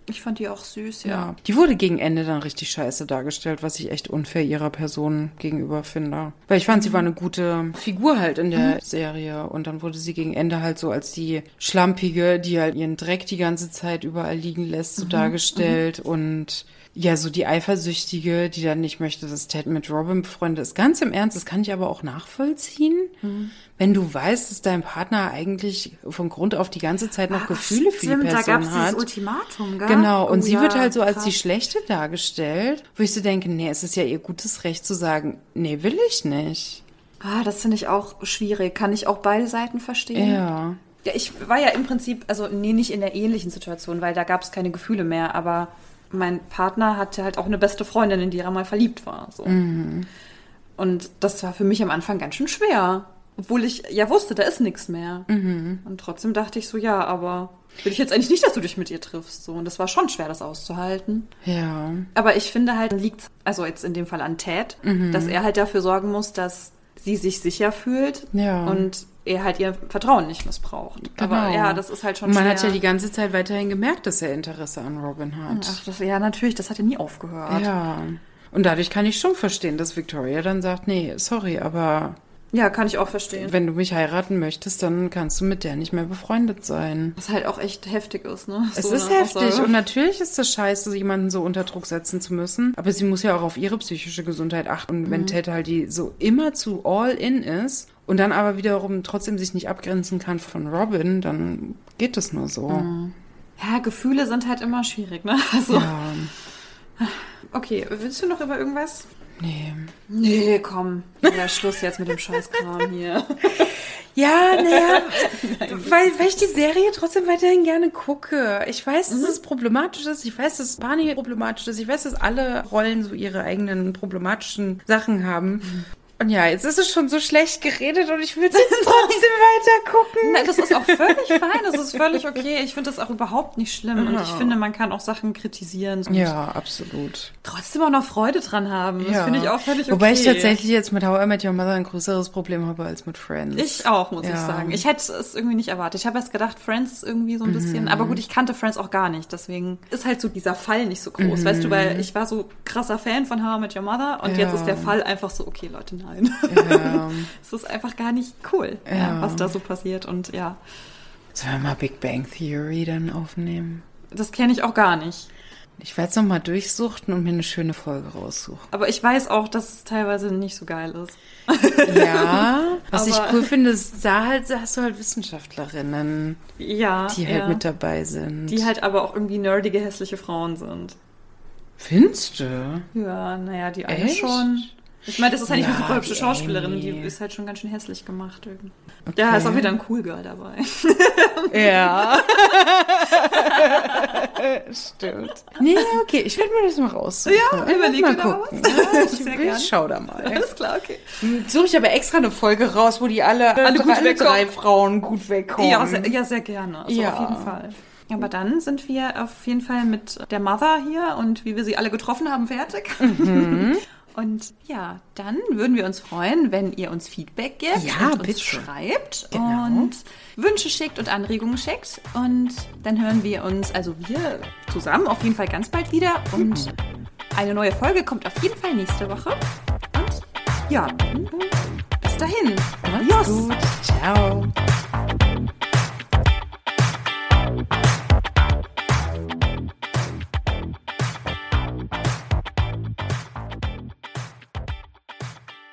[SPEAKER 1] Ich fand die auch süß,
[SPEAKER 2] Ja.
[SPEAKER 1] ja.
[SPEAKER 2] Die wurde gegen Ende dann richtig scheiße dargestellt, was ich echt unfair ihrer Person gegenüber finde. Weil ich fand, sie war eine gute Figur halt in der
[SPEAKER 1] Mhm.
[SPEAKER 2] Serie. Und dann wurde sie gegen Ende halt so als die Schlampige, die halt ihren Dreck die ganze Zeit überall liegen lässt,
[SPEAKER 1] Mhm.
[SPEAKER 2] so dargestellt. Und ja, so die Eifersüchtige, die dann nicht möchte, dass Ted mit Robin befreundet ist. Ganz im Ernst, das kann ich aber auch nachvollziehen.
[SPEAKER 1] Mhm.
[SPEAKER 2] Wenn du weißt, dass dein Partner eigentlich von Grund auf die ganze Zeit noch Gefühle für die
[SPEAKER 1] Stimmt,
[SPEAKER 2] Person
[SPEAKER 1] da gab's
[SPEAKER 2] hat.
[SPEAKER 1] dieses Ultimatum, gell?
[SPEAKER 2] Genau, und
[SPEAKER 1] Oh
[SPEAKER 2] sie
[SPEAKER 1] ja,
[SPEAKER 2] wird halt so als die
[SPEAKER 1] krass.
[SPEAKER 2] Schlechte dargestellt, wo ich so denke, nee, es ist ja ihr gutes Recht zu sagen, nee, will ich nicht.
[SPEAKER 1] Ah, das finde ich auch schwierig. Kann ich auch beide Seiten verstehen?
[SPEAKER 2] Ja.
[SPEAKER 1] Ja, ich war ja im Prinzip, also nee, nicht in der ähnlichen Situation, weil da gab es keine Gefühle mehr, aber mein Partner hatte halt auch eine beste Freundin, in die er mal verliebt war. So. Und das war für mich am Anfang ganz schön schwer. Obwohl ich ja wusste, da ist nichts mehr. Und trotzdem dachte ich so, ja, aber will ich jetzt eigentlich nicht, dass du dich mit ihr triffst. So. Und das war schon schwer, das auszuhalten.
[SPEAKER 2] Ja.
[SPEAKER 1] Aber ich finde halt, liegt also jetzt in dem
[SPEAKER 2] Mhm.
[SPEAKER 1] Fall an Ted, dass er halt dafür sorgen muss, dass sie sich sicher fühlt
[SPEAKER 2] Ja.
[SPEAKER 1] und er halt ihr Vertrauen nicht missbraucht. Aber
[SPEAKER 2] Genau.
[SPEAKER 1] ja, das ist halt schon
[SPEAKER 2] Und man
[SPEAKER 1] schwer.
[SPEAKER 2] hat ja die ganze Zeit weiterhin gemerkt, dass er Interesse an Robin
[SPEAKER 1] Ach,
[SPEAKER 2] hat.
[SPEAKER 1] das, ja, natürlich, das hat ja nie aufgehört. Ja,
[SPEAKER 2] ja. Und dadurch kann ich schon verstehen, dass Victoria dann sagt, nee, sorry, aber
[SPEAKER 1] kann ich auch verstehen.
[SPEAKER 2] wenn du mich heiraten möchtest, dann kannst du mit der nicht mehr befreundet sein.
[SPEAKER 1] Was halt auch echt heftig ist, ne?
[SPEAKER 2] Es
[SPEAKER 1] So
[SPEAKER 2] ist
[SPEAKER 1] eine
[SPEAKER 2] heftig
[SPEAKER 1] Aussage.
[SPEAKER 2] und natürlich ist es scheiße, jemanden so unter Druck setzen zu müssen. Aber sie muss ja auch auf ihre psychische Gesundheit achten. Und
[SPEAKER 1] Mhm.
[SPEAKER 2] wenn Ted halt die so immer zu all in ist und dann aber wiederum trotzdem sich nicht abgrenzen kann von Robin, dann geht es nur so.
[SPEAKER 1] Mhm. ja, Gefühle sind halt immer schwierig, ne? Also,
[SPEAKER 2] Ja,
[SPEAKER 1] okay, willst du noch über irgendwas?
[SPEAKER 2] nee.
[SPEAKER 1] Nee, komm. Ja, Schluss jetzt mit dem Scheißkram hier.
[SPEAKER 2] Ja, naja, weil, weil ich die Serie trotzdem weiterhin gerne gucke. Ich weiß,
[SPEAKER 1] Mhm.
[SPEAKER 2] dass es problematisch ist. Ich weiß, dass Barney problematisch ist. Ich weiß, dass alle Rollen so ihre eigenen problematischen Sachen
[SPEAKER 1] Mhm.
[SPEAKER 2] haben. Und ja, jetzt ist es schon so schlecht geredet und ich will es jetzt trotzdem weiter gucken.
[SPEAKER 1] Nein, das ist auch völlig fein, das ist völlig okay. Ich finde das auch überhaupt nicht schlimm und ich finde, man kann auch Sachen kritisieren und
[SPEAKER 2] Ja, absolut.
[SPEAKER 1] trotzdem auch noch Freude dran haben. Das
[SPEAKER 2] Ja.
[SPEAKER 1] finde ich auch völlig okay.
[SPEAKER 2] Wobei ich tatsächlich jetzt mit How I Met Your Mother ein größeres Problem habe als mit Friends.
[SPEAKER 1] Ich auch, muss ich
[SPEAKER 2] Ja.
[SPEAKER 1] sagen. Ich hätte es irgendwie nicht erwartet. Ich habe erst gedacht, Friends ist irgendwie
[SPEAKER 2] Mhm.
[SPEAKER 1] so ein bisschen, aber gut, ich kannte Friends auch gar nicht. Deswegen ist halt so dieser Fall nicht so groß, weißt du, weil ich war so krasser Fan von How I Met Your Mother und
[SPEAKER 2] Mhm. Ja.
[SPEAKER 1] jetzt ist der Fall einfach so, okay, Leute, nein.
[SPEAKER 2] Ja.
[SPEAKER 1] es ist einfach gar nicht cool, ja.
[SPEAKER 2] Ja.
[SPEAKER 1] was da so passiert und ja,
[SPEAKER 2] Sollen wir mal Big Bang Theory dann aufnehmen?
[SPEAKER 1] das kenne ich auch gar nicht.
[SPEAKER 2] Ich werde es nochmal durchsuchten und mir eine schöne Folge raussuchen.
[SPEAKER 1] Aber ich weiß auch, dass es teilweise nicht so geil ist.
[SPEAKER 2] Ja, was
[SPEAKER 1] Aber-
[SPEAKER 2] ich cool finde, ist, da halt da hast du halt Wissenschaftlerinnen,
[SPEAKER 1] Ja.
[SPEAKER 2] die
[SPEAKER 1] ja.
[SPEAKER 2] halt mit dabei sind.
[SPEAKER 1] die halt aber auch irgendwie nerdige, hässliche Frauen sind.
[SPEAKER 2] Findest du?
[SPEAKER 1] Ja, naja, die eine
[SPEAKER 2] Echt?
[SPEAKER 1] schon. Ich meine, das ist halt nicht eine
[SPEAKER 2] Ja,
[SPEAKER 1] super hübsche
[SPEAKER 2] die
[SPEAKER 1] Schauspielerin,
[SPEAKER 2] Amy.
[SPEAKER 1] die ist halt schon ganz schön hässlich gemacht. Irgendwie. Ja, ist auch wieder ein Cool Girl dabei.
[SPEAKER 2] Ja. Stimmt. Nee, okay, ich werde mir das mal raussuchen.
[SPEAKER 1] Ja,
[SPEAKER 2] Ich
[SPEAKER 1] überleg
[SPEAKER 2] werd
[SPEAKER 1] dir da was.
[SPEAKER 2] Ja, Ich,
[SPEAKER 1] Sehr
[SPEAKER 2] ich
[SPEAKER 1] gern.
[SPEAKER 2] schau da mal. Ähm,
[SPEAKER 1] Alles klar, okay.
[SPEAKER 2] Suche ich aber extra eine Folge raus, wo die alle, alle,
[SPEAKER 1] gut
[SPEAKER 2] drei, alle
[SPEAKER 1] wegkommen.
[SPEAKER 2] drei Frauen gut wegkommen.
[SPEAKER 1] Ja sehr, ja, sehr gerne. Also
[SPEAKER 2] Ja.
[SPEAKER 1] auf jeden Fall. Aber dann sind wir auf jeden Fall mit der Mother hier und wie wir sie alle getroffen haben, fertig.
[SPEAKER 2] Mhm.
[SPEAKER 1] Und ja, dann würden wir uns freuen, wenn ihr uns Feedback gebt
[SPEAKER 2] Ja,
[SPEAKER 1] und uns
[SPEAKER 2] bitte.
[SPEAKER 1] schreibt
[SPEAKER 2] Genau.
[SPEAKER 1] und Wünsche schickt und Anregungen schickt. Und dann hören wir uns, also wir zusammen, auf jeden Fall ganz bald wieder.
[SPEAKER 2] Mhm.
[SPEAKER 1] Und eine neue Folge kommt auf jeden Fall nächste Woche. Und ja, dann, äh, bis dahin.
[SPEAKER 2] Macht's gut. Ciao.